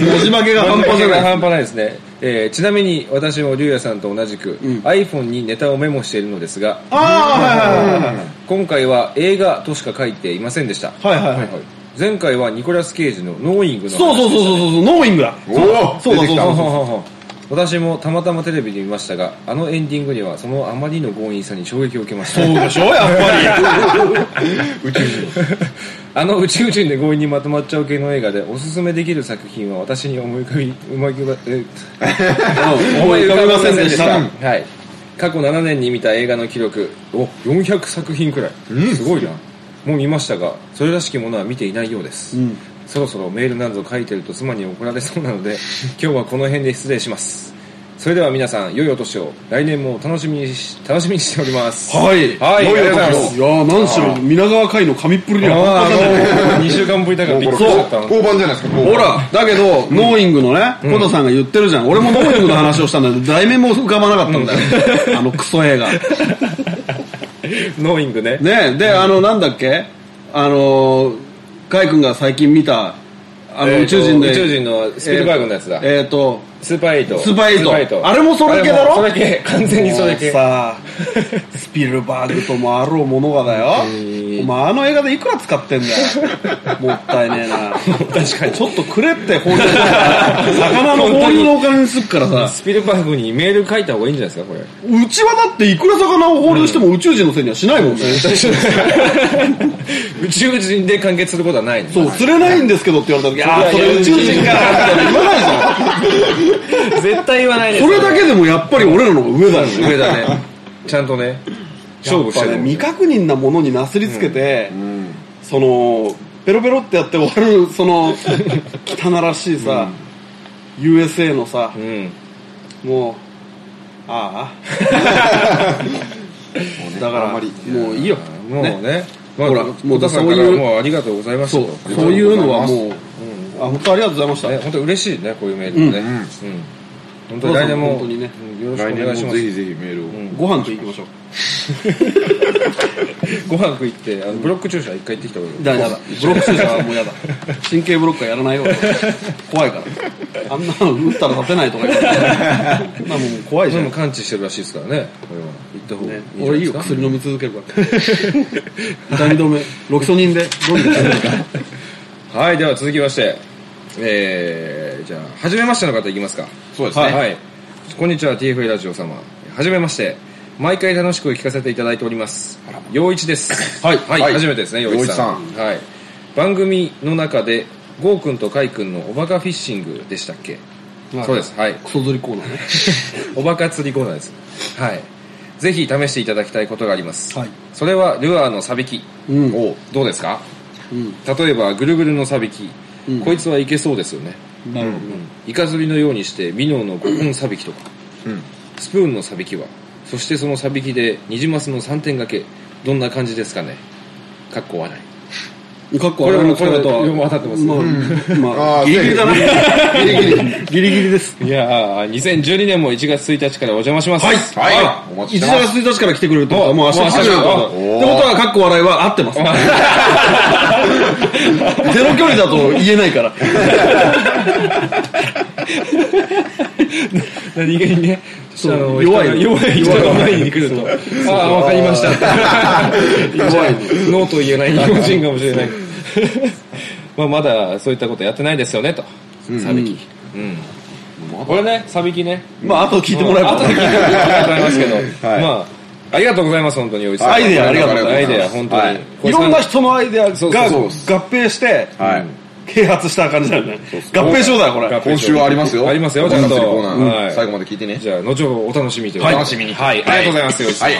Speaker 3: 文字負けが半端じゃない。
Speaker 1: 半端ないです ね。えーちなみに、私も竜也さんと同じく、
Speaker 3: ん
Speaker 1: iPhone にネタをメモしているのですが、
Speaker 3: あ
Speaker 1: 今回は映画としか書いていませんでした。
Speaker 3: あ、はいはいはいはいはいはい。
Speaker 1: 前回はニコラス・ケイジのノーイングの話
Speaker 3: そうそうそうそうそう、ノーイングだ。
Speaker 2: おお
Speaker 3: そうだそうだ
Speaker 1: は
Speaker 3: そう
Speaker 1: は
Speaker 3: だ。
Speaker 1: はは私もたまたまテレビで見ましたがあのエンディングにはそのあまりの強引さに衝撃を受けました
Speaker 3: そうでしょ、やっぱ
Speaker 1: あの宇宙人で強引にまとまっちゃう系の映画でおすすめできる作品は私に思い浮かび思い浮かびえ
Speaker 3: り。思い浮かびませんでした。
Speaker 1: はい過去7年に見た映画の記録お400作品くらい、すごいなもう見ましたがそれらしきものは見ていないようです、
Speaker 3: うん
Speaker 1: そろそろメールなど書いてると妻に怒られそうなの で今日はこの辺で失礼しますそれでは皆さん良いお年を来年も楽しみにし楽しみにしております
Speaker 3: はい。
Speaker 1: はい
Speaker 3: ノーイング
Speaker 1: ありがとうございます
Speaker 3: いやー、何しろ、皆川海の神っぷりに
Speaker 1: あ
Speaker 3: は
Speaker 1: ああの2週間ぶりだからびっくりしちゃ ったの
Speaker 2: 交番じゃないですか、
Speaker 3: ほら、だけど、ノーイングのね、コタさんが言ってるじゃん。俺もノーイングの話をしたんだけど、題名も浮かばなかったんだよ。あのクソ映画。
Speaker 1: ノーイングね
Speaker 3: ねで、あの、なんだっけあの、カイ君が最近見た、あの、
Speaker 1: えーと
Speaker 3: 宇宙人で。
Speaker 1: 宇宙人のスピルバーグのやつだ
Speaker 3: えっ、ー、と、
Speaker 1: スーパーエイト
Speaker 3: スーパーエイトあれもそれ系だろ
Speaker 1: あれもそれ系 完全にそれ
Speaker 3: も
Speaker 1: 系
Speaker 3: うさ、スピルバーグともあろうものが だよ。お前あの映画でいくら使ってんだよ。もったいねえな。確かに。ちょっとくれって、放流魚の放流のお金にすっ からさ。
Speaker 1: スピルバーグにメール書いた方がいいんじゃないですかこれ
Speaker 3: うちはだっていくら魚を放流しても宇宙人のせいにはしないもんね。
Speaker 1: 宇宙人で完結することはないの
Speaker 3: そう、釣れないんですけどって言われた時、ああ、それ宇宙人かって言わないじゃん。
Speaker 1: 絶対言わないで
Speaker 3: それだけでもやっぱり俺らの方が上だ よね。
Speaker 1: 上だねちゃんとね勝負して
Speaker 3: やっぱ
Speaker 1: る
Speaker 3: ね未確認なものになすりつけて、その、ペロペロってやって終わる、 その、汚らしいさ、USA のさ、
Speaker 1: うん
Speaker 3: もう、ああ。だから、
Speaker 2: あんまり
Speaker 3: もういいよ。
Speaker 1: もうねまあ
Speaker 3: ほら
Speaker 1: もう田さんか
Speaker 3: そう
Speaker 1: ら
Speaker 3: いう
Speaker 1: もうありがとうございまし
Speaker 3: そ
Speaker 1: た
Speaker 3: う
Speaker 1: と、
Speaker 3: そういうのはもう、
Speaker 1: う
Speaker 3: あ、本当ありがとうございました。
Speaker 1: ね本当嬉しいねこういうメールもね
Speaker 2: うんうん
Speaker 1: うん本当に来年も
Speaker 3: 本当にね
Speaker 1: うんよろしく
Speaker 2: 来
Speaker 1: お
Speaker 2: 年
Speaker 1: 願いし
Speaker 2: も
Speaker 1: ま
Speaker 2: ぜ
Speaker 1: す
Speaker 2: ひぜひメールを、
Speaker 1: ん
Speaker 3: ご飯食い行きましょう。
Speaker 1: ご飯食いってあのブロック注射一回行ってきた方がいい
Speaker 3: だやだ。ブロック注射はもうやだ。神経ブロックはやらないよ。怖いから。あんなの打ったら立てないとか言われて。まあもう怖い
Speaker 1: そ
Speaker 3: じゃ
Speaker 1: れも
Speaker 3: ん。ね、
Speaker 1: 完治してるらしいですからねこれは行った方がいいんじゃな
Speaker 3: 俺いい
Speaker 1: です
Speaker 3: よ、
Speaker 1: か
Speaker 3: 薬飲み続けるから。痛み止め、ロキソニンでどんどん止めるから。
Speaker 1: はい、では続きまして、えー、じゃあ、はじめましての方いきますか。
Speaker 2: そうですね
Speaker 1: はい。はいこんにちは、TFA ラジオ様。はじめまして。毎回楽しく聞かせていただいております。陽一です。
Speaker 2: はい
Speaker 1: はい、
Speaker 2: はい
Speaker 1: 初めてですね、陽一さん。
Speaker 2: 陽
Speaker 1: はい。番組の中で、ゴーくんとカイくんのおバカフィッシングでしたっけそうです。はい。
Speaker 3: クソ釣りコーナーね。
Speaker 1: おバカ釣りコーナーです。はい。ぜひ試していただきたいことがあります。
Speaker 3: はい
Speaker 1: それは、ルアーのさびき。
Speaker 3: うん
Speaker 1: おどうですか
Speaker 3: うん。
Speaker 1: 例えばぐるぐるのさびき、
Speaker 3: うん
Speaker 1: こいつはいけそうですよね、
Speaker 3: なるほどね。
Speaker 1: イカ釣りのようにしてミノーの5本さびきとか
Speaker 2: うん
Speaker 1: スプーンのさびきはそしてそのさびきでニジマスの3点掛けどんな感じですかねかっこ笑い
Speaker 3: かっこ悪いの使い方
Speaker 1: これも
Speaker 3: は。
Speaker 1: 当たってます
Speaker 3: まあ、ま
Speaker 2: あ
Speaker 3: あ、
Speaker 2: ー
Speaker 3: ギリギリだな。ギリギリ。ギリギリです。
Speaker 1: いやー2012年も1月1日からお邪魔しますはい
Speaker 2: はい
Speaker 3: あ
Speaker 2: お待ちして
Speaker 3: 1月
Speaker 2: ます
Speaker 3: 1日から来てくれるってことは、もう明日
Speaker 1: もう
Speaker 3: 来てくれるってこ
Speaker 1: 明
Speaker 3: と
Speaker 1: 日来
Speaker 2: てくれる
Speaker 3: ってことは、かっこ笑いは合って ます。ゼロ距離だと言えないから。
Speaker 1: 何気にね
Speaker 3: そう
Speaker 1: あの
Speaker 3: 弱い
Speaker 1: 人が弱い人が前に来るとああわかりました
Speaker 3: 弱い
Speaker 1: ノーと言えない日本人かもしれないまあまだそういったことやってないですよねとサビキうんこれねサビキね
Speaker 3: まあ、あと聞いてもらえば。
Speaker 1: 後で聞いてもらえばありがとうございますけど、
Speaker 2: はい
Speaker 1: まあありがとうございます本当に洋一さん
Speaker 3: アイデアありがとうございます
Speaker 1: アイデア本当に、
Speaker 2: はい
Speaker 1: こ
Speaker 3: い
Speaker 1: れ
Speaker 3: ろんな人のアイデアが合
Speaker 1: そうそうそう
Speaker 3: 併して、
Speaker 2: はい、
Speaker 3: 啓発した感じだよね。合併症だよ、これ。
Speaker 2: 今週はありますよ
Speaker 1: ありますよちゃんと
Speaker 2: お祭りコーナー
Speaker 1: はい
Speaker 2: 最後まで聞いて ね
Speaker 1: じゃあ後ほどお楽しみということ
Speaker 2: は
Speaker 1: で
Speaker 2: いお楽しみに
Speaker 1: はい、ありがとうございます洋一さん
Speaker 2: はい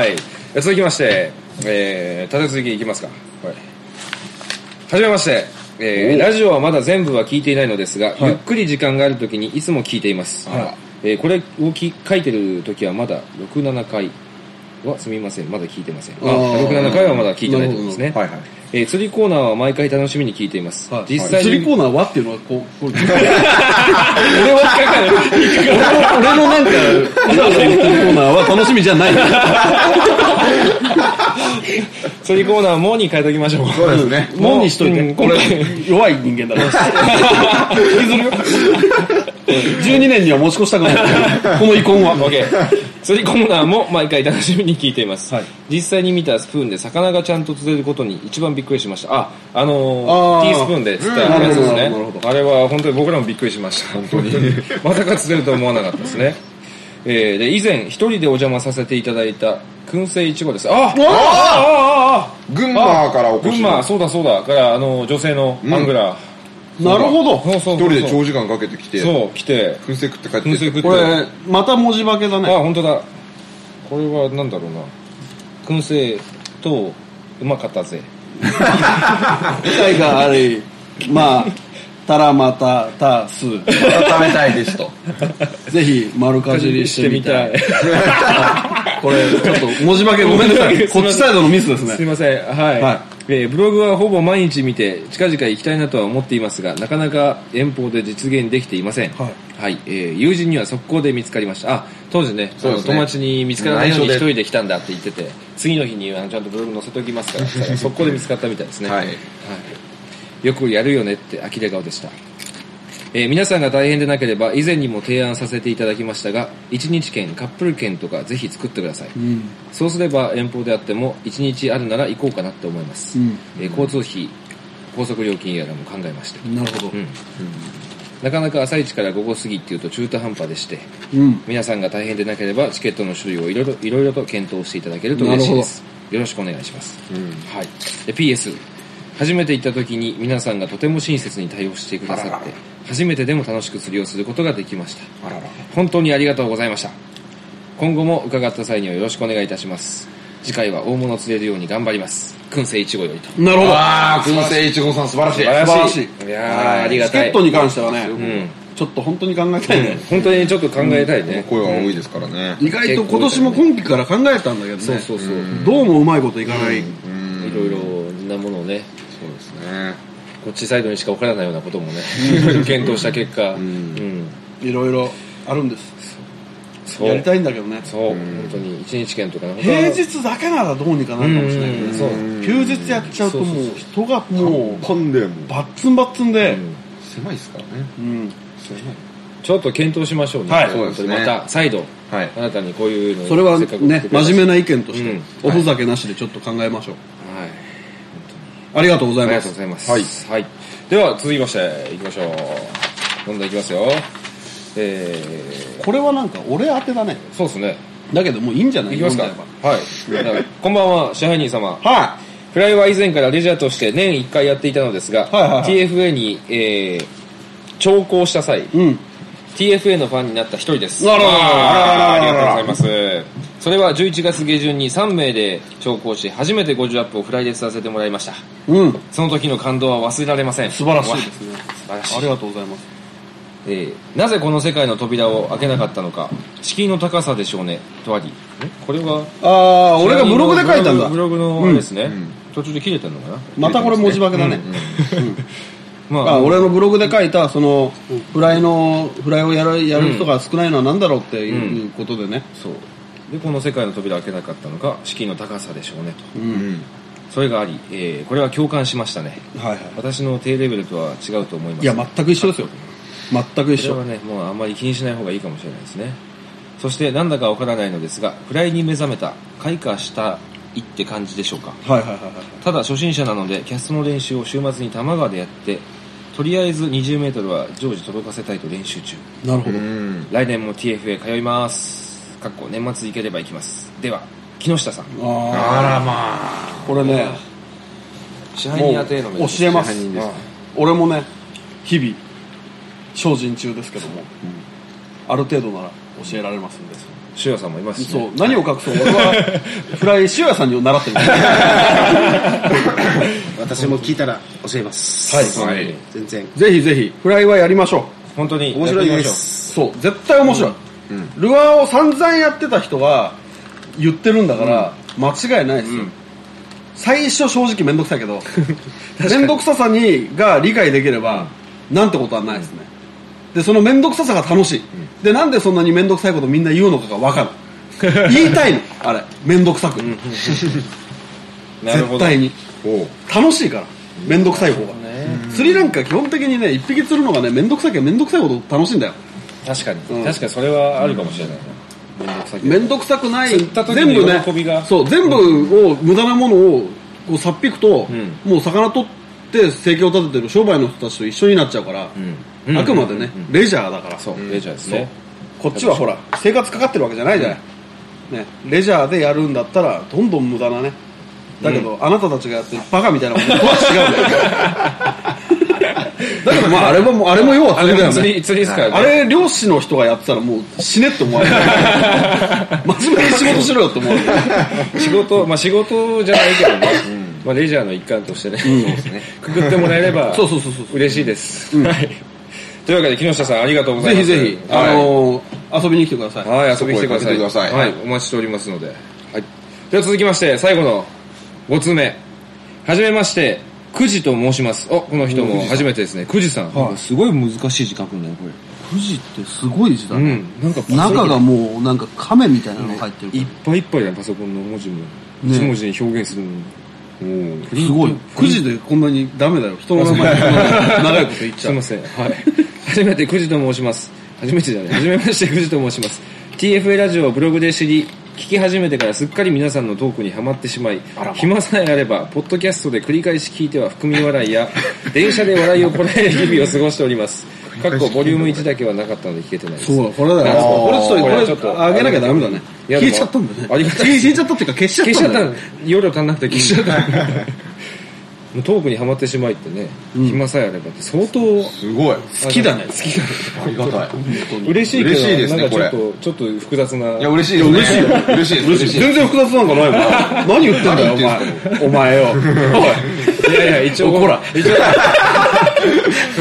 Speaker 1: はい、続きまして、えー、立て続きいきますかはいはじめまして、えーラジオはまだ全部は聞いていないのですが、ゆっくり時間があるときにいつも聞いています、
Speaker 2: あら
Speaker 1: えーこれをき書いてるときはまだ67回はすみませんまだ聞いてませんあ
Speaker 3: あー
Speaker 1: 67回はまだ聞いてないということですね、
Speaker 2: はいはい
Speaker 1: えー釣りコーナーは毎回楽しみに聞いています、
Speaker 3: はい
Speaker 1: 実際
Speaker 3: 釣
Speaker 1: に
Speaker 3: りコーナーはっていうのは、こう、こう俺
Speaker 1: 俺は引っかかる
Speaker 3: の俺のなんか、わざわざ言ってるコーナーは楽しみじゃ ない。
Speaker 1: 釣りコーナーもに変えときましょう
Speaker 2: そうですね
Speaker 3: もうにしとい
Speaker 1: うん
Speaker 3: て。これ、弱い人間だから。引きずるよ。12年には持ち越したくない。この遺恨は。
Speaker 1: OK 釣りコーナーも毎回楽しみに聞いています、
Speaker 3: はい
Speaker 1: 実際に見たスプーンで魚がちゃんと釣れることに一番びっくりしましたああのー
Speaker 3: あー
Speaker 1: ティースプーンで釣った
Speaker 3: うん
Speaker 1: やつですね、
Speaker 3: なるほどなるほ
Speaker 1: あれは本当に僕らもびっくりしました本当に まさか釣れるとは思わなかったですねえー、で以前一人でお邪魔させていただいた燻製いちごですああああああ
Speaker 2: 群馬からお越
Speaker 1: 群
Speaker 2: し
Speaker 1: 馬
Speaker 2: の
Speaker 1: そうだそうだからあの女性のアングラー、
Speaker 3: なるほど。
Speaker 1: そうそうそう
Speaker 2: 一人で長時間かけてきて
Speaker 1: そう来て
Speaker 2: 燻製食って帰って
Speaker 1: 燻製食って
Speaker 3: これ、また文字化けだ
Speaker 1: あ
Speaker 3: ね。
Speaker 1: 本当だこれはなんだろうな燻製とうまかったぜ
Speaker 3: 機械があり、まあ、たらまた、た、す。
Speaker 2: 食べたいですと
Speaker 3: ぜひ、丸かじりしてみた い。これ、ちょっと、文字化けごめんなさ い。こっちサイドのミスです
Speaker 1: すい
Speaker 3: ね。
Speaker 1: ませんはい、
Speaker 3: はい
Speaker 1: えーブログはほぼ毎日見て近々行きたいなとは思っていますがなかなか遠方で実現できていません、
Speaker 3: はい
Speaker 1: えー友人には速攻で見つかりましたあ当時ね
Speaker 2: そう
Speaker 1: あ
Speaker 2: ですね
Speaker 1: の友達に見つからないように
Speaker 2: 内
Speaker 1: 一
Speaker 2: 緒で
Speaker 1: 人で来たんだって言ってて次の日にあのちゃんとブログ載せときますから速攻で見つかったみたいですね
Speaker 2: はい
Speaker 1: はい、よくやるよねって呆れ顔でした、えー皆さんが大変でなければ以前にも提案させていただきましたが1日券カップル券とかぜひ作ってください、
Speaker 3: うん。
Speaker 1: そうすれば遠方であっても1日あるなら行こうかなって思います、
Speaker 3: うん
Speaker 1: えー交通費高速料金やらも考えました、
Speaker 3: なるほど
Speaker 1: う。んなかなか朝一から午後過ぎっていうと中途半端でして
Speaker 3: うん。
Speaker 1: 皆さんが大変でなければチケットの種類をいろいろいろいろと検討していただけると嬉しいですよろしくお願いします、はい、で PS 初めて行った時に皆さんがとても親切に対応してくださって
Speaker 2: あらら
Speaker 1: 初めてでも楽しく釣りをすることができました
Speaker 2: あらら
Speaker 1: 本当にありがとうございました今後も伺った際にはよろしくお願いいたします次回は大物を釣れるように頑張ります燻製いちごよりと
Speaker 3: なるほど。
Speaker 2: わあ、燻製いちごさん素晴らしい。
Speaker 3: 晴ら
Speaker 1: 素
Speaker 3: しい
Speaker 1: 晴らしいやーありが
Speaker 3: チケ
Speaker 1: たい
Speaker 3: ットに関してはね、
Speaker 1: うん
Speaker 3: ちょっと本当に考えたいね。
Speaker 1: 本当にちょっと考えたいね、
Speaker 2: 声は多いですからね。
Speaker 3: 意外と今年も今期から考えたんだけどね。
Speaker 1: そうそうそう、
Speaker 3: どうもうまいこといかない。
Speaker 2: うん、
Speaker 1: いろいろなものをね
Speaker 2: そうですね。
Speaker 1: こっちサイドにしか分からないようなこともね 検討した結果、うん
Speaker 3: いろいろあるんです。
Speaker 1: そう
Speaker 3: やりたいんだけどね。
Speaker 1: そう、本当に一日券とかね
Speaker 3: 平日だけならどうにかなるかもしれないけど
Speaker 1: うん
Speaker 3: ね。
Speaker 1: そう
Speaker 3: 休日やっちゃうともう人がもう
Speaker 2: パンデも
Speaker 3: バッツンバッツンで、
Speaker 2: 狭いですからね。
Speaker 3: うん
Speaker 1: ちょっと検討しましょうね、
Speaker 3: はい
Speaker 1: 本当に
Speaker 2: そうですね
Speaker 1: また再度、
Speaker 2: はい
Speaker 1: あなたにこういうの
Speaker 3: それは
Speaker 1: せっかく送っ
Speaker 3: ね
Speaker 1: て、くれたし
Speaker 3: 真面目な意見として、
Speaker 1: うん
Speaker 3: おふざけなしでちょっと考えましょう。
Speaker 1: はい、
Speaker 3: ありがとうござ
Speaker 1: あ
Speaker 3: い
Speaker 1: り
Speaker 3: ま
Speaker 1: がとう
Speaker 3: す
Speaker 1: ご。ざいます、はいでは続きましていきましょうどんどんいきますよえー、
Speaker 3: これはなんか俺宛てだね。
Speaker 1: そうですね
Speaker 3: だけどもういいんじゃない
Speaker 1: いきますか
Speaker 3: 読ん
Speaker 1: はいこんばんは支配人様
Speaker 3: だらばはい。
Speaker 1: フライは以前からレジャーとして年1回やっていたのですが、
Speaker 3: はいはいはい
Speaker 1: TFA に、えー、調校した際、
Speaker 3: うん。
Speaker 1: TFA のファンになった一人です。
Speaker 3: あらららら
Speaker 1: あーあり
Speaker 3: らららら
Speaker 1: がとうございます。それは11月下旬に3名で調校し、初めて50アップをフライでさせてもらいました。
Speaker 3: うん。
Speaker 1: その時の感動は忘れられません。
Speaker 3: 素晴らし
Speaker 1: わ
Speaker 3: いですね。
Speaker 1: 素晴らしい
Speaker 3: ありがとうございます。
Speaker 1: えーなぜこの世界の扉を開けなかったのか、敷居の高さでしょうね、とあり。んこれは、
Speaker 3: ああ、俺がブログで書いたんだ
Speaker 1: ブ。ログの、あれですね、
Speaker 2: ん
Speaker 1: 途中で切れてんのかな
Speaker 3: またこれ文字化けだね。
Speaker 1: ま
Speaker 3: あ俺のブログで書いた、その、フライの、フライをやるやる人が少ないのは何だろうっていうことでね。
Speaker 1: そうでこの世界の扉を開けなかったのが敷居の高さでしょうねと
Speaker 2: うん。
Speaker 1: それがあり、えーこれは共感しましたね
Speaker 3: はいはい。
Speaker 1: 私の低レベルとは違うと思います
Speaker 3: いや、全く一緒ですよ。全く一
Speaker 1: それ
Speaker 3: 緒
Speaker 1: は。ねもうあんまり気にしない方がいいかもしれないですねそしてなんだかわからないのですがフライに目覚めた開花したいって感じでしょうか
Speaker 3: はいはいはいはい。
Speaker 1: ただ初心者なのでキャストの練習を週末に多摩川でやってとりあえず 20m は常時届かせたいと練習中
Speaker 3: なるほど。
Speaker 2: うん。
Speaker 1: 来年も TFA 通いますかっこ年末行ければ行きますでは木下さん
Speaker 3: あ
Speaker 2: あらまあ。
Speaker 3: あ、これね、
Speaker 1: 支配
Speaker 3: も
Speaker 1: 人
Speaker 3: う
Speaker 1: 宛てへのメールです
Speaker 3: 教えます
Speaker 2: 支配人ですね。
Speaker 3: 俺もね、日々、精進中ですけども、ある程度なら教えられますんで。
Speaker 1: 塩さんもいますし、
Speaker 3: そ
Speaker 1: ね、
Speaker 3: う、何を隠 そう、俺は、フライ、塩屋さんに習ってるんですよ
Speaker 4: 私も聞いたら教えます。
Speaker 1: はいはい
Speaker 4: 全然。
Speaker 3: ぜひぜひ、フライはやりましょ
Speaker 1: 本当に
Speaker 4: 面白い
Speaker 1: やってみまし
Speaker 4: で
Speaker 1: ょう
Speaker 4: す。
Speaker 3: う。そう、絶対面白い。ルアーを散々やってた人が言ってるんだから、間違いないですよ。最初正直めんどくさいけ ど、めんどくささに、が理解できれば、なんてことはないですね。で、そのめんどくささが楽しい。で、なんでそんなにめんどくさいことみんな言うのかがわかる。 言いたいの、あれ。めんどくさく。
Speaker 1: なるほ
Speaker 3: 絶
Speaker 1: ど
Speaker 3: 対に。
Speaker 2: おう。
Speaker 3: 楽しいからめんどくさい方が、
Speaker 1: ね
Speaker 3: 釣りなんか基本的にね一匹釣るのがねめんどくさいけどめんどくさいほど楽しいんだよ
Speaker 1: 確かに、
Speaker 3: うん
Speaker 1: 確かにそれはあるかもしれないなめんどくさいけど
Speaker 3: めんどくさくない
Speaker 1: 釣った時の
Speaker 3: 全部ね
Speaker 1: 喜びが
Speaker 3: そう全部を無駄なものをこうさっぴくと、
Speaker 1: ん
Speaker 3: もう魚取って生計を立ててる商売の人たちと一緒になっちゃうから、
Speaker 1: うん
Speaker 3: あくまでね、レジャーだから
Speaker 1: そう、レジャーですね
Speaker 3: こっちはほら生活かかってるわけじゃないじゃない、ね、レジャーでやるんだったらどんどん無駄なねだけど、あなたたちがやってるバカみたいなことと は違うんだよだけどまああれももうあれも要は
Speaker 1: あ
Speaker 3: 釣りだ
Speaker 1: れ
Speaker 3: よ
Speaker 1: 釣
Speaker 3: ね
Speaker 1: り釣りですからね、
Speaker 3: あれ漁師の人がやってたらもう死ねって思われ る真面目に仕事しろよって思われる
Speaker 1: 仕事まあ仕事じゃないけどね、まあ、レジャーの一環としてね,、 くくってもらえれば
Speaker 3: そうそうそうそう
Speaker 1: 嬉しいです、はいというわけで木下さんありがとうござ
Speaker 3: ぜ
Speaker 1: いま
Speaker 3: ひ
Speaker 1: す
Speaker 3: ぜひ、
Speaker 1: はい
Speaker 3: あのー遊びに来てください
Speaker 1: はい、遊びに来てください。
Speaker 2: 声かけてください
Speaker 1: はい、お待ちしておりますので。はい。では続きまして、最後の5通目。はじめまして、くじと申します。お、この人も初めてですね。くじさん。
Speaker 3: はい
Speaker 1: すごい難しい字書くんだよ、これ。
Speaker 3: 富士ってすごい字だ
Speaker 1: うん。なんか
Speaker 3: 中がもうなんか亀みたいなのが入ってる
Speaker 1: いっぱいいっぱいだよ、パソコンの文字も。一文字に表現するのに。おー
Speaker 3: すごい。9時でこんなにダメだよ。人の名前長いこと言っち
Speaker 1: す
Speaker 3: ゃ
Speaker 1: いうま。せん。はい。初めてくじと申します。初めてじゃない。初めましてくじと申します。TFA ラジオをブログで知り、聞き始めてからすっかり皆さんのトークにはまってしまい、暇さえあれば、ポッドキャストで繰り返し聞いては含み笑いや、電車で笑いをこらえる日々を過ごしております。かっこボリューム1だけはなかったので聞けてないです。
Speaker 3: そうだ、これだ
Speaker 1: なる
Speaker 3: よ。
Speaker 1: ほど
Speaker 3: こ
Speaker 1: こ
Speaker 3: れちょっと、こ
Speaker 1: れ
Speaker 3: れ
Speaker 1: ちょっと
Speaker 3: あげなきゃダメだね。
Speaker 1: いや
Speaker 3: 消
Speaker 1: でも
Speaker 3: えちゃったんだね。
Speaker 1: ありがたい
Speaker 3: 消えちゃったっていうか消し
Speaker 1: 消
Speaker 3: ち
Speaker 1: し
Speaker 3: ゃ
Speaker 1: ちゃ
Speaker 3: っ
Speaker 1: ったた
Speaker 3: んだ
Speaker 1: の容量足んなくて消しちゃった。 もうトークにはまってしまいってね、暇さえあればって相当
Speaker 2: すごい。
Speaker 3: 好きだね
Speaker 1: 好きだね
Speaker 2: ありがたい。
Speaker 1: 嬉しいけど
Speaker 2: 嬉しいですね
Speaker 1: なんかちょっ
Speaker 2: こと
Speaker 1: ちょっと複雑ない
Speaker 2: や、嬉しいよ、ね。嬉しいよ。嬉しいです。嬉しいです。
Speaker 3: 全然複雑なんかないもん 何言ってんだよお前お前よ
Speaker 1: い やいや一応
Speaker 3: 怒ら
Speaker 1: 一応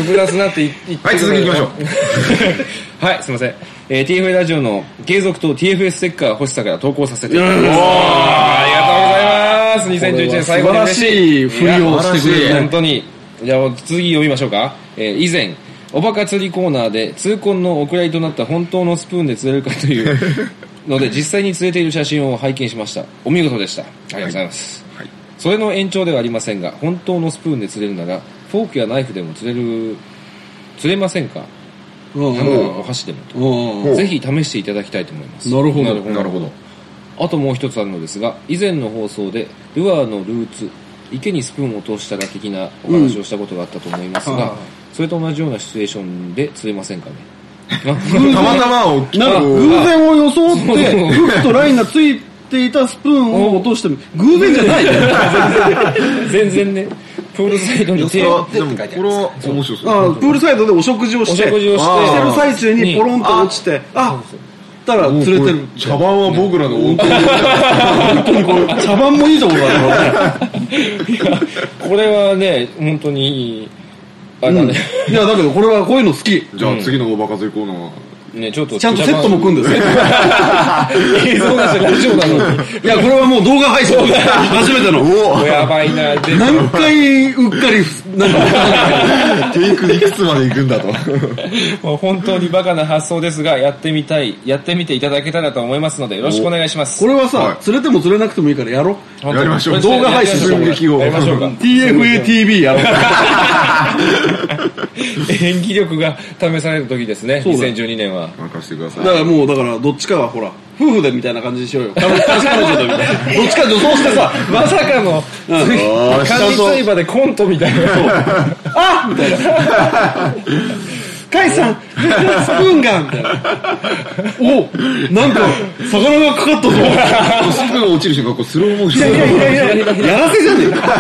Speaker 1: 複雑なって言って
Speaker 2: はい、続き行きましょ う。
Speaker 1: はい、すいません。えー、TFA ラジオの継続と TFS ステッカー欲しさから投稿させていただきます。おーありがとうございます。2011年最後に嬉
Speaker 3: 素晴らしい振りをしてくれる
Speaker 1: いや本当に。じゃあ、次読みましょうか。えー、以前、おバカ釣りコーナーで痛恨のお蔵入りとなった本当のスプーンで釣れるかというので、実際に釣れている写真を拝見しました。お見事でした。ありがとうございます。
Speaker 2: はい
Speaker 1: それの延長ではありませんが、本当のスプーンで釣れるなら、フォークやナイフでも釣れる、釣れませんか
Speaker 3: うん
Speaker 1: 多分お箸でもと
Speaker 3: うん
Speaker 2: お
Speaker 1: ぜひ試していただきたいと思います
Speaker 3: なるほど
Speaker 2: なるほど。
Speaker 1: あともう一つあるのですが以前の放送でルアーのルーツ池にスプーンを通したら的なお話をしたことがあったと思いますが、
Speaker 3: うん
Speaker 1: それと同じようなシチュエーションで釣れませ んかね
Speaker 2: たまたまを、
Speaker 3: なんか偶然を装っ
Speaker 1: そう
Speaker 3: て、フックとラインがついていたスプーンを落としても、偶然じゃないね。
Speaker 1: 全然ねプールサイドに手を
Speaker 2: でも、これは面白
Speaker 3: あ
Speaker 2: そう。
Speaker 3: プールサイドでお食事を
Speaker 1: お
Speaker 3: して、
Speaker 1: 食事をして
Speaker 3: してる最中にポロンと落ちて、あったら釣れてる。
Speaker 2: 茶番は僕らの音楽
Speaker 3: 本当にこれ、茶番もいいところだね。
Speaker 1: これはね本当にいいあれだね,、
Speaker 3: いや、だけどこれはこういうの好き。
Speaker 2: じゃあ次のおバカ釣りコーナ ーは。
Speaker 1: ねちょっと
Speaker 3: ちゃんとセットも組 んでる。
Speaker 1: 映像がし大丈夫なの
Speaker 3: いや、これはもう動画配信。初めての。
Speaker 1: にやばいなで
Speaker 3: 何回うっかり、なんか、
Speaker 2: テイクいくつまで行くん だと。
Speaker 1: もう本当にバカな発想ですが、やってみたい、やってみていただけたらと思いますので、よろしくお願いします。
Speaker 3: これはさ
Speaker 2: はい、
Speaker 3: 釣れても釣れなくてもいいからやろう。
Speaker 1: 本当
Speaker 2: や
Speaker 1: に
Speaker 2: りましょう
Speaker 3: 動画配信する
Speaker 1: やりましょう
Speaker 2: 寸劇を
Speaker 1: やりましょ うか。
Speaker 3: TFATV やろう。
Speaker 1: 演技力が試される時ですね、
Speaker 3: そうだ
Speaker 1: 2012年は。
Speaker 2: 任せてください。
Speaker 3: だからもうだからどっちかはほら夫婦でみたいな感じにしようよ彼女彼女でみたいなどっちか女装してさ
Speaker 1: まさかの、
Speaker 3: ん
Speaker 1: つい
Speaker 2: あー
Speaker 1: 管理釣り場でコントみたいな。
Speaker 3: あみたいな「甲斐 さんスプーンが」みたいな「おなんか魚がかかったぞ」
Speaker 2: スプーンが落ちる瞬間、こうスローモーション。
Speaker 3: やらせじゃねえか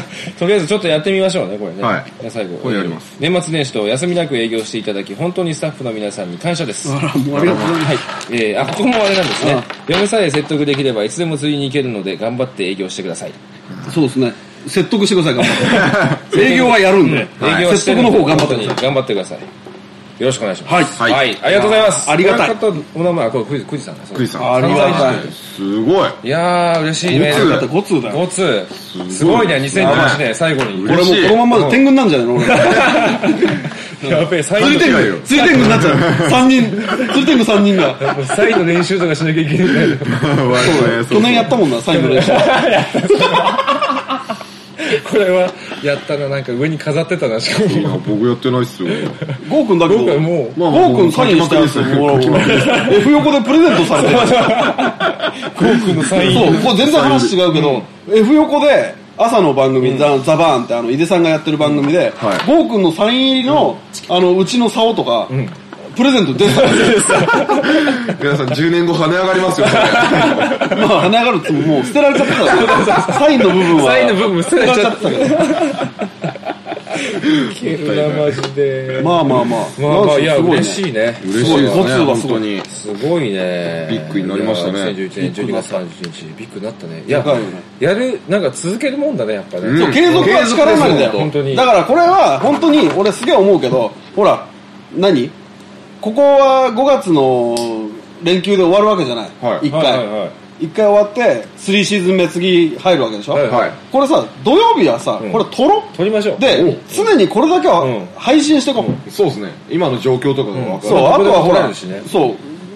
Speaker 1: とりあえずちょっとやってみましょうね、これね。
Speaker 2: はい
Speaker 1: じゃあ最後。
Speaker 2: これやります
Speaker 1: えー年末年始とお休みなく営業していただき、本当にスタッフの皆さんに感謝です。
Speaker 3: あらもうありがとうございます、
Speaker 1: えーあ、ここもあれなんですね
Speaker 3: あ。
Speaker 1: 嫁さえ説得できれば、いつでも釣りに行けるので、頑張って営業してください。
Speaker 3: そうですね説得してください頑張って営業はやるんで、
Speaker 1: 営業し
Speaker 3: 説
Speaker 1: て
Speaker 3: 得
Speaker 1: るんで
Speaker 3: の方頑張ってください
Speaker 1: 本当に頑張ってください。よろしくお願いします。
Speaker 2: はい
Speaker 1: はい。ありがとうございます。
Speaker 3: ありがたい
Speaker 1: この方お名前は、これ、クイズ、クイズさんだそう
Speaker 2: ク
Speaker 1: で
Speaker 2: イ
Speaker 1: す
Speaker 2: さ
Speaker 3: あ
Speaker 2: ん。
Speaker 3: りがたい
Speaker 2: すごい。
Speaker 1: いやー、嬉しいね。
Speaker 2: ごつ
Speaker 3: ご通だ
Speaker 1: ご
Speaker 3: こ
Speaker 1: つ。すごいね、2018年最後に。
Speaker 2: れ
Speaker 3: れもうこのままで天狗になるんじゃないの俺
Speaker 1: やべえ、最
Speaker 3: 釣り天
Speaker 2: 違う
Speaker 3: 狗
Speaker 2: よ
Speaker 3: 釣り天狗になっちゃう3人釣り天狗3人が
Speaker 1: 再度練習とかしなきゃいけない。
Speaker 3: 去年やったもんな、最後の練習。
Speaker 1: これは、やったらなんか上に飾ってたな、しか
Speaker 2: いい
Speaker 1: も。
Speaker 2: な僕やってないっすよ。
Speaker 3: ゴーくんだけど、
Speaker 1: 僕はもう
Speaker 3: まあゴーくんサインしたやつもらおう。F 横でプレゼン トされてる。
Speaker 1: コークのサイン。
Speaker 3: そう、これ全然話違うけど、F 横で、朝の番組、ザ・ザバーンって、あの、井出さんがやってる番組で、
Speaker 2: はい
Speaker 3: ゴーくんのサイン入りの、あの、うちの竿とか、プレゼント出てたんですよ。
Speaker 2: 皆さん10年後跳ね上がりますよ。
Speaker 3: ま あ、跳ね上がるっつってももう捨てられちゃってたからサインの部分は。
Speaker 1: サインの部分捨てられちゃっ
Speaker 3: 捨てられちゃってたから
Speaker 1: いけるな、マジで。
Speaker 3: まあまあまあ。
Speaker 1: まあまあ、いや、嬉
Speaker 3: い
Speaker 1: しいね。
Speaker 2: 嬉しいです
Speaker 3: ごつ
Speaker 2: ね、
Speaker 3: は
Speaker 2: 本
Speaker 3: すご
Speaker 2: 当
Speaker 3: い
Speaker 2: に。
Speaker 1: すごいね。
Speaker 2: ビッグになりましたね
Speaker 1: いや2011年12月31日、ビッグになったね。いや
Speaker 3: でかいよね、
Speaker 1: やる、なんか続けるもんだね、やっぱね。
Speaker 2: うん
Speaker 3: そう、継続は力なりだよ。
Speaker 1: 本当に
Speaker 3: だからこれは、本当に、俺すげえ思うけど、ほら、何ここは5月の連休で終わるわけじゃない。
Speaker 2: はい
Speaker 3: 1回。
Speaker 1: はいはいはい
Speaker 3: 一回終わって、3シーズン目次入るわけでしょ、
Speaker 1: はい
Speaker 2: はい。
Speaker 3: これさ、土曜日はさ、
Speaker 1: ん
Speaker 3: これ撮ろ
Speaker 1: 撮りましょう。
Speaker 3: で、常にこれだけ
Speaker 1: うん
Speaker 3: は配信してこう。
Speaker 2: そうですね。今の状況とかが分かる。
Speaker 3: そう、
Speaker 1: こ
Speaker 3: あ
Speaker 1: こで
Speaker 3: とはほ
Speaker 1: 撮られ
Speaker 3: ら、
Speaker 1: るしね
Speaker 3: そう、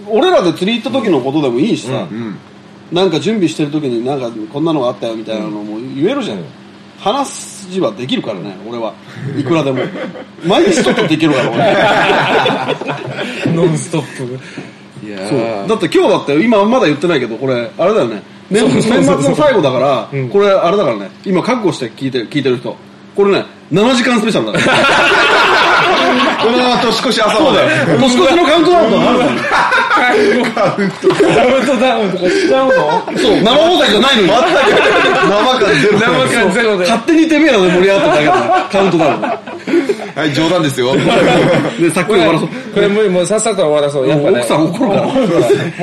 Speaker 3: 俺らで釣り行った時のことでもいいしさ、
Speaker 2: うん。
Speaker 3: なんか準備してる時になんかこんなのがあったよみたいなのも言えるじゃん、
Speaker 1: うん
Speaker 3: 話す字はできるからね俺はいくらでも 毎日ちょっとできるから俺
Speaker 1: ノンストップ。い やー
Speaker 3: だって今日だって今まだ言ってないけどこれあれだよね年
Speaker 1: そうそうそう
Speaker 3: 年末の最後だから、
Speaker 1: うん
Speaker 3: これあれだからね今覚悟して聞いて聞いてる人これね7時間スペシャルだから
Speaker 2: この年越し朝まで。
Speaker 3: 年越しのカウントダウンとかあるか
Speaker 1: カウントダウンとかしちゃうの
Speaker 3: らそう、生放題じゃないのに。
Speaker 2: 生感ゼロ。
Speaker 1: 生感ゼロで
Speaker 3: 勝手にてめえらで盛り上がってただけど、カウントダウン
Speaker 2: はい、冗談ですよ。
Speaker 3: で。で、さっき
Speaker 1: こ
Speaker 3: 終わら
Speaker 1: れ
Speaker 3: そう。
Speaker 1: これ無理もうさっさと終わらそうやっぱね
Speaker 3: 奥さん怒るから。
Speaker 1: もう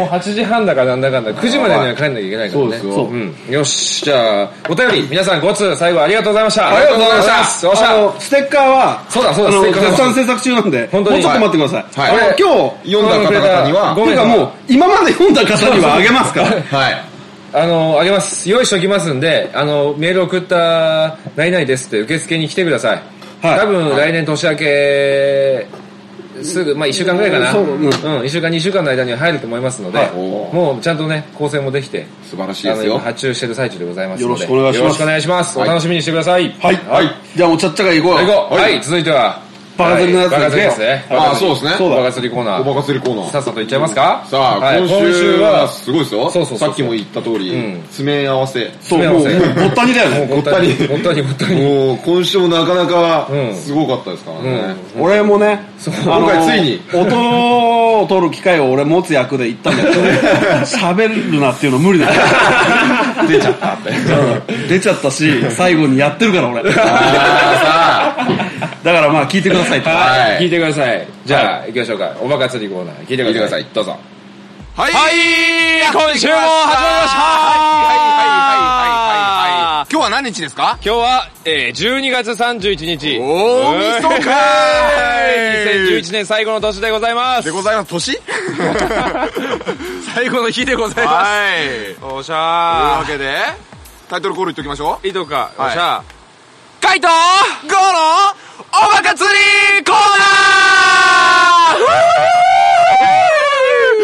Speaker 1: 8時半だかなんだかんだ9時までには帰んなきゃいけないからね。
Speaker 2: そうですよ
Speaker 1: んよし、じゃあ、お便り、皆さんご通最後ありがとうございました。あ
Speaker 3: ありがとうございました。
Speaker 1: よっしゃ。
Speaker 3: あのステッカーは、
Speaker 1: そうだそうだ
Speaker 3: あの
Speaker 1: ステッカー
Speaker 3: 絶賛制作中なんで、も
Speaker 1: 本
Speaker 3: う
Speaker 1: 当
Speaker 3: ち
Speaker 1: に
Speaker 3: ょっと待ってください。
Speaker 2: はい
Speaker 3: あの今日、
Speaker 2: 読んだ方々には
Speaker 1: ご、めん
Speaker 3: て
Speaker 1: な
Speaker 3: か
Speaker 1: さい
Speaker 3: もう、今まで読んだ方にはあげます から。
Speaker 2: はい。
Speaker 1: あの、あげます。用意しときますんで、あの、メール送った、ないないですって受付に来てください。
Speaker 3: はい
Speaker 1: 多分、来年年明け、すぐ、まあ、1週間ぐらいかな。
Speaker 3: そううん
Speaker 1: 1週間、2週間の間には入ると思いますので、
Speaker 2: はい
Speaker 1: もうちゃんとね、構成もできて、
Speaker 2: 素晴らしい
Speaker 1: あ
Speaker 2: で
Speaker 1: の、
Speaker 2: す
Speaker 1: 今
Speaker 2: よ。
Speaker 1: 発注してる最中でございますので、
Speaker 3: よろしくお願いします
Speaker 1: よろしくお願いします。お
Speaker 2: はい
Speaker 1: 楽しみにしてください。
Speaker 3: はい。はい。じゃあ、おちゃっちゃが行こう
Speaker 1: 最後
Speaker 3: よ。
Speaker 1: はい、続いては、
Speaker 3: バカ釣りのやつ
Speaker 1: はいバカ釣りですね。
Speaker 2: ああ、そうですね。
Speaker 3: そうだ
Speaker 1: バカ釣りコーナ
Speaker 2: おバ
Speaker 1: ー。
Speaker 2: カ釣りコーナ
Speaker 1: さ
Speaker 2: ー。
Speaker 1: っさといっちゃいますか
Speaker 2: さあ、
Speaker 1: はい
Speaker 2: 今週は、すごいですよ。
Speaker 1: そうそうそうそう
Speaker 2: さっきも言った通り
Speaker 1: うん、
Speaker 2: 詰め合わせ。
Speaker 3: そう、
Speaker 1: すみ
Speaker 3: もう、
Speaker 1: ま
Speaker 3: もう
Speaker 1: せん
Speaker 3: ごったにだよ
Speaker 1: もう
Speaker 3: ね。
Speaker 1: ごったに、
Speaker 2: ごった
Speaker 1: ご
Speaker 2: に
Speaker 1: ったに、ごったに。
Speaker 2: もう、今週もなかなか
Speaker 1: うん、
Speaker 2: すごかったですからね。
Speaker 3: 俺もね、あの
Speaker 2: 今回ついに
Speaker 3: 音を取る機会を俺持つ役で行ったんだ けど、喋るなっていうの無理だよ。
Speaker 2: 出ちゃったって。
Speaker 3: うん出ちゃったし、最後にやってるから俺。だか
Speaker 2: ああ、さ
Speaker 3: らまあ聞いてくださいと。
Speaker 2: はい
Speaker 1: 聞いてください。じゃあ、行きましょうか。おバカ釣りコーナー、聞いてください。どうぞ。
Speaker 2: あ。はい
Speaker 5: 今週も始まりました
Speaker 2: はいはいはいはいはいはいはい。今日は何日ですか
Speaker 5: 今日は、えー、12月31日。
Speaker 2: 大晦日
Speaker 5: はい2011年最後の年でございます。
Speaker 2: でございま す。年
Speaker 5: 最後の日でございます。
Speaker 2: はい。
Speaker 5: おっし
Speaker 2: というわ
Speaker 5: ゃ
Speaker 2: けで、タイトルコール言っときましょ
Speaker 5: ー。いいとこか、
Speaker 2: はい
Speaker 5: おっしゃー。カイトゴーのおバカ釣りコーナ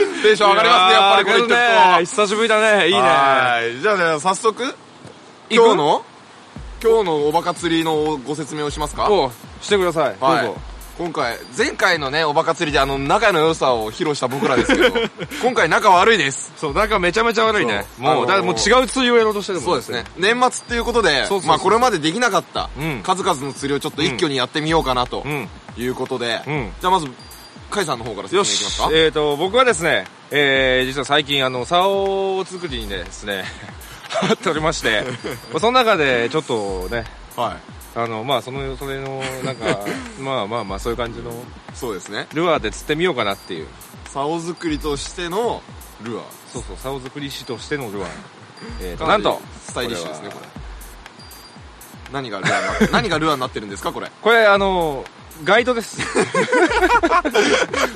Speaker 5: ー
Speaker 2: う。テンション上がりますね、やっぱりこれ言ってると。
Speaker 5: ね。久しぶりだね。いいね。
Speaker 2: はい。じゃあね、早速、今日の、今日のおバカ釣りのご説明をしますか
Speaker 5: おうしてください。
Speaker 2: は
Speaker 5: どうぞ。
Speaker 2: い。今回、前回のね、おバカ釣りであの、仲の良さを披露した僕らです けど、今回仲悪いです。
Speaker 5: そう、なんかめちゃめちゃ悪いね。
Speaker 2: そう
Speaker 5: もう、
Speaker 2: あ
Speaker 5: だ
Speaker 2: のー
Speaker 5: もう違う釣りをやろうとしてるもん
Speaker 2: そうですね。。年末っていうことで
Speaker 5: そうそうそ、う
Speaker 2: まあこれまでできなかった
Speaker 5: うん、
Speaker 2: 数々の釣りをちょっと一挙にやってみようかなと
Speaker 5: うん。
Speaker 2: いうことで、
Speaker 5: うん
Speaker 2: じゃあまず、カイさんの方から説明
Speaker 5: よ
Speaker 2: いきます
Speaker 5: し
Speaker 2: か、
Speaker 5: えー、と僕はですね、えー、実は最近あの竿作りにですね ハマっておりま してまあその中でちょっとね
Speaker 2: はい。
Speaker 5: あのまあそのそれのなん かまあまあまあそういう感じの
Speaker 2: そうですね。
Speaker 5: ルアーで釣ってみようかなっていう
Speaker 2: 竿作りとしてのルアー。
Speaker 5: そうそう竿作り師としてのルアー、えー、と
Speaker 2: か
Speaker 5: な
Speaker 2: な
Speaker 5: ん
Speaker 2: り
Speaker 5: と
Speaker 2: スタイリッシュですね、これ。何がルアーになって、 何がルアーになってるんですか、これ。
Speaker 5: これあのガイドです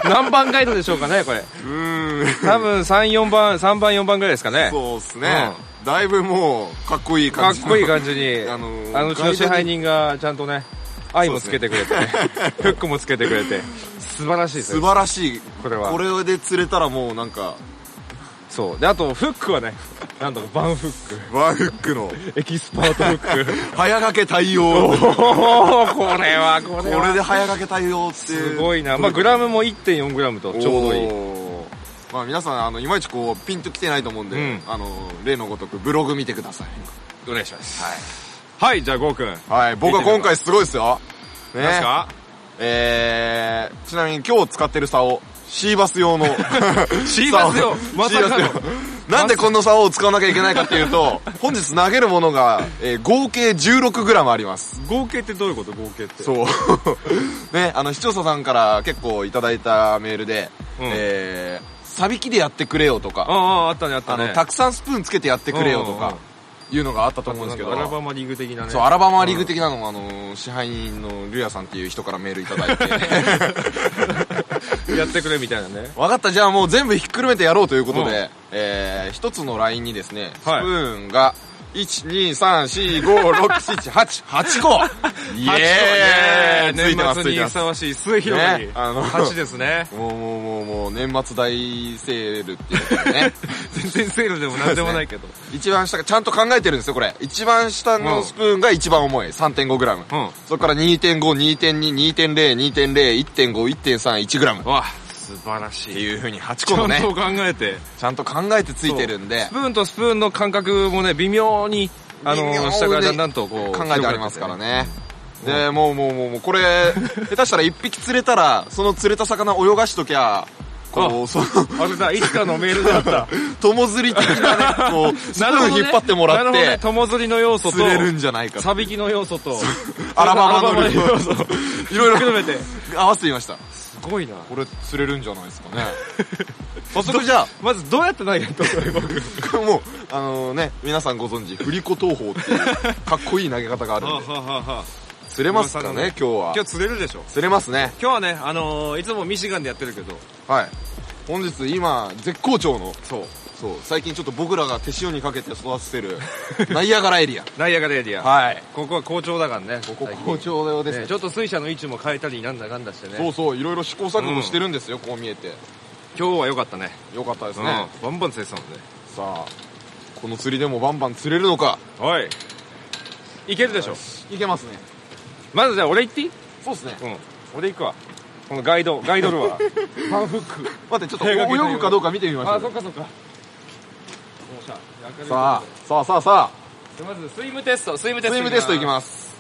Speaker 5: 何番ガイドでしょうかねこれ
Speaker 2: うーん。
Speaker 5: 多分34番3番4番ぐらいですかね
Speaker 2: そうですね、だいぶもう、かっこいい
Speaker 5: か
Speaker 2: 感
Speaker 5: っ
Speaker 2: じ。
Speaker 5: こいい感じに、
Speaker 2: あ
Speaker 5: あ
Speaker 2: の
Speaker 5: の
Speaker 2: ー
Speaker 5: うちの支配人がちゃんとね、愛もつけてくれて、フックもつけてくれて、素晴らしいです
Speaker 2: 素
Speaker 5: ね。
Speaker 2: 晴らしい。
Speaker 5: これは
Speaker 2: これで釣れたらもうなんか、
Speaker 5: そう。で、あと、フックはね、なんとかバンフッ
Speaker 2: ワンフックの、
Speaker 5: ク、エキスパートフック。
Speaker 2: 早掛け対応。
Speaker 5: お おこれは、こ
Speaker 2: こ
Speaker 5: れは。
Speaker 2: れで早掛け対応ってい
Speaker 5: す
Speaker 2: う。
Speaker 5: ごいな。まあ、グラムも1.4グラムとちょうどいい。
Speaker 2: おーまあ皆さん、あの、いまいちこう、ピンときてないと思うんで、
Speaker 5: うん
Speaker 2: あの、例のごとくブログ見てくださ
Speaker 5: お
Speaker 2: い。
Speaker 5: 願いします。はい。はい、じゃあ、ゴーくん。
Speaker 2: はい、僕は今回すごいですよ。ね
Speaker 5: 何すか
Speaker 2: えー、ちなみに今日使ってる竿、シーバス用の。
Speaker 5: シーバス 用
Speaker 2: 竿
Speaker 5: まさかの
Speaker 2: シーバス用なんでこの竿を使わなきゃいけないかっていう と、本日投げるものが、えー合計 16g あります。
Speaker 5: 合計ってどういうこと合計って。
Speaker 2: そう。 ね、あの、視聴者さんから結構いただいたメールで、
Speaker 5: うん
Speaker 2: えー、サビキでやってくれよとか、
Speaker 5: ああ、あったね、あっ
Speaker 2: あ
Speaker 5: た
Speaker 2: の、
Speaker 5: ね。
Speaker 2: たくさんスプーンつけてやってくれよと
Speaker 5: うん
Speaker 2: か
Speaker 5: うん、
Speaker 2: いうのがあったと
Speaker 5: あ
Speaker 2: 思うんですけ
Speaker 5: なんかアラ
Speaker 2: ど、
Speaker 5: バマリーグ的なね。
Speaker 2: そう、アラバマリーグ的なのも、あの、支配人のリュウヤさんっていう人からメールい ただいて、
Speaker 5: やってくれみたいなね。
Speaker 2: 分かった、じゃあもう全部ひっくるめてやろうということ
Speaker 5: う
Speaker 2: で、えー、一つのラインにですね、スプ
Speaker 5: はい
Speaker 2: ーンが、1、2、3、4、5、6、7、8、8個 イエーイついてま
Speaker 5: 年
Speaker 2: す、
Speaker 5: 末
Speaker 2: つい
Speaker 5: に
Speaker 2: てま
Speaker 5: ふ
Speaker 2: す
Speaker 5: さ。わしい末広がり、
Speaker 2: ねあの
Speaker 5: 8です
Speaker 2: 。
Speaker 5: ね
Speaker 2: もうもうもうもう、年末大セールっていうことで ね。
Speaker 5: 全然セールでもなんでもないけど。
Speaker 2: 一番下が、ちゃんと考えてるんですよ、これ。一番下のスプーンが一番重い。3.5g。
Speaker 5: うん
Speaker 2: それから2.5、2.2、2.0、2.0、1.5、1.3、1g。っ
Speaker 5: わ、素晴らしてい。
Speaker 2: いう風に8
Speaker 5: ち
Speaker 2: 個
Speaker 5: ゃ
Speaker 2: の
Speaker 5: ん
Speaker 2: ね、
Speaker 5: と考えて。
Speaker 2: ちゃんと考えてついてるんで
Speaker 5: ス、プーンとスプーンの間隔もね、微妙に、あ
Speaker 2: 微妙
Speaker 5: の、
Speaker 2: に
Speaker 5: 下からだんだんとこう。
Speaker 2: 考えてありますからね。で、もうもうもうもう、こ れ、下手したら一匹釣れたら、その釣れた魚泳がしときゃ、こう、その、
Speaker 1: あれだ、いつかのメールだった。
Speaker 2: 友釣り的なね、こう、ス プ
Speaker 1: なるほ
Speaker 2: ー
Speaker 1: どね
Speaker 2: ン引っ張っても
Speaker 1: なる
Speaker 2: らっ
Speaker 1: ほどね
Speaker 2: て、
Speaker 1: 友釣りの要素と、
Speaker 2: 釣れるんじゃないかと。
Speaker 1: サビキの要素 と、
Speaker 2: アラバマの
Speaker 1: アラバマの
Speaker 2: 量
Speaker 1: 要
Speaker 2: を
Speaker 1: 素、
Speaker 2: いろい
Speaker 1: 含
Speaker 2: ろ
Speaker 1: めて。
Speaker 2: 合わせてみました。
Speaker 1: すごいな。
Speaker 2: これ釣れるんじゃないです かね。早速じゃ
Speaker 1: まずどうやって投げたの
Speaker 2: あ、 もう、あのね、皆さんご存知、振り子投法っていう、かっこいい投げ方があ るんで、釣れますかね、今日
Speaker 1: 今。
Speaker 2: は
Speaker 1: 日釣れるでしょ。
Speaker 2: 釣れますね。
Speaker 1: 今日はね、あのー、いつもミシガンでやってるけど、
Speaker 2: はい。本日、今、絶好調の、そう。そう、最近ちょっと僕らが手塩にかけて育ててる、 ナイアガラエリア。
Speaker 1: ナイアガレエリア。
Speaker 2: はい。
Speaker 1: ここは好調だからね。こ
Speaker 2: ここ好調用ですね
Speaker 1: ね、ちょっと水車の位置も変えたりなんだかんだしてね。
Speaker 2: そうそう、いろいろ試行錯誤してるんですよ、こう見えて。
Speaker 1: 今日は良かったね。
Speaker 2: よかったです
Speaker 1: うん。
Speaker 2: ね
Speaker 1: バ。ンバン釣れてたもんね。
Speaker 2: さあ、この釣りでもバンバン釣れるのか。
Speaker 1: はい。いけるでしょ。
Speaker 2: いけますね。
Speaker 1: まずじゃあ俺行っていい
Speaker 2: そうですね。
Speaker 1: うん。俺行くわ。このガイド、ガイドル は。
Speaker 2: パンフック。待って、ちょっと
Speaker 1: 手がけてる
Speaker 2: 泳ぐかどうか見てみましょう。
Speaker 1: っかそっか。さ
Speaker 2: さあ、さあさあさ
Speaker 1: あ、まずスイムテスト、スイム
Speaker 2: あ、
Speaker 1: テス
Speaker 2: ス
Speaker 1: ト。
Speaker 2: イムテストいきます。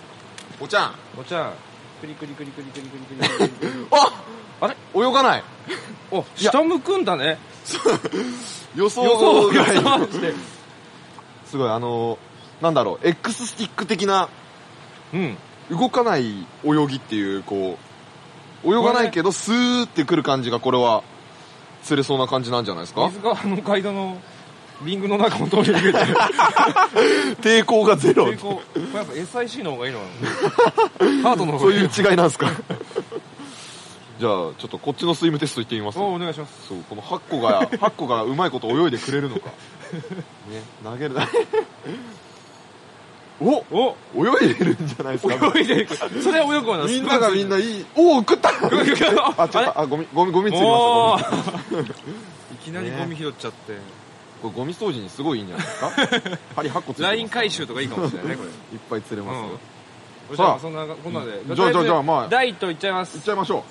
Speaker 2: おちゃん。
Speaker 1: す。おちゃん。クリクリクリクリクリクリクリクリ。
Speaker 2: あ
Speaker 1: あれ
Speaker 2: 泳がない。
Speaker 1: お、下向くんだね。
Speaker 2: 予想外
Speaker 1: 予想して
Speaker 2: すごい、あのー、なんだろう、X スティック的な
Speaker 1: うん。
Speaker 2: 動かない泳ぎっていう、こう、泳がないけど、スーってくる感じが、これは、釣れそうな感じなんじゃないですか
Speaker 1: 水があのガイドのリングの中を通り抜けて。
Speaker 2: 抵抗がゼロ。
Speaker 1: 成功。これやっぱ SIC の方がいいのかなハートの方
Speaker 2: そう
Speaker 1: がいい
Speaker 2: いう
Speaker 1: のか
Speaker 2: 違いなんですか じゃあ、ちょっとこっちのスイムテスト行ってみます
Speaker 1: なおお願いします。
Speaker 2: そう、この8個 が、8個がうまいこと泳いでくれるのか。ね、投げる、お
Speaker 1: お
Speaker 2: 泳いでるんじゃないですか。
Speaker 1: 泳いでいく。それは泳ぐわな。
Speaker 2: みんながみん
Speaker 1: な。
Speaker 2: ないい、おお、食ったあ、ちょっ
Speaker 1: あれ
Speaker 2: と、あ、ゴミ、ゴミ、ゴミついました
Speaker 1: お
Speaker 2: ゴミ。
Speaker 1: ーいきなりゴミ拾っちゃって。
Speaker 2: これゴミ掃除にすごいいいんじゃない ですか針8個ついてま
Speaker 1: ラ
Speaker 2: す
Speaker 1: イン回収とかいいかもしれないね、これ。
Speaker 2: いっぱい釣れますよ。
Speaker 1: うん。
Speaker 2: さあ
Speaker 1: そんな、こんなで。
Speaker 2: じゃあじゃあじゃあまあ
Speaker 1: 第一といっちゃいま
Speaker 2: 行っ
Speaker 1: す。
Speaker 2: ちゃいましょ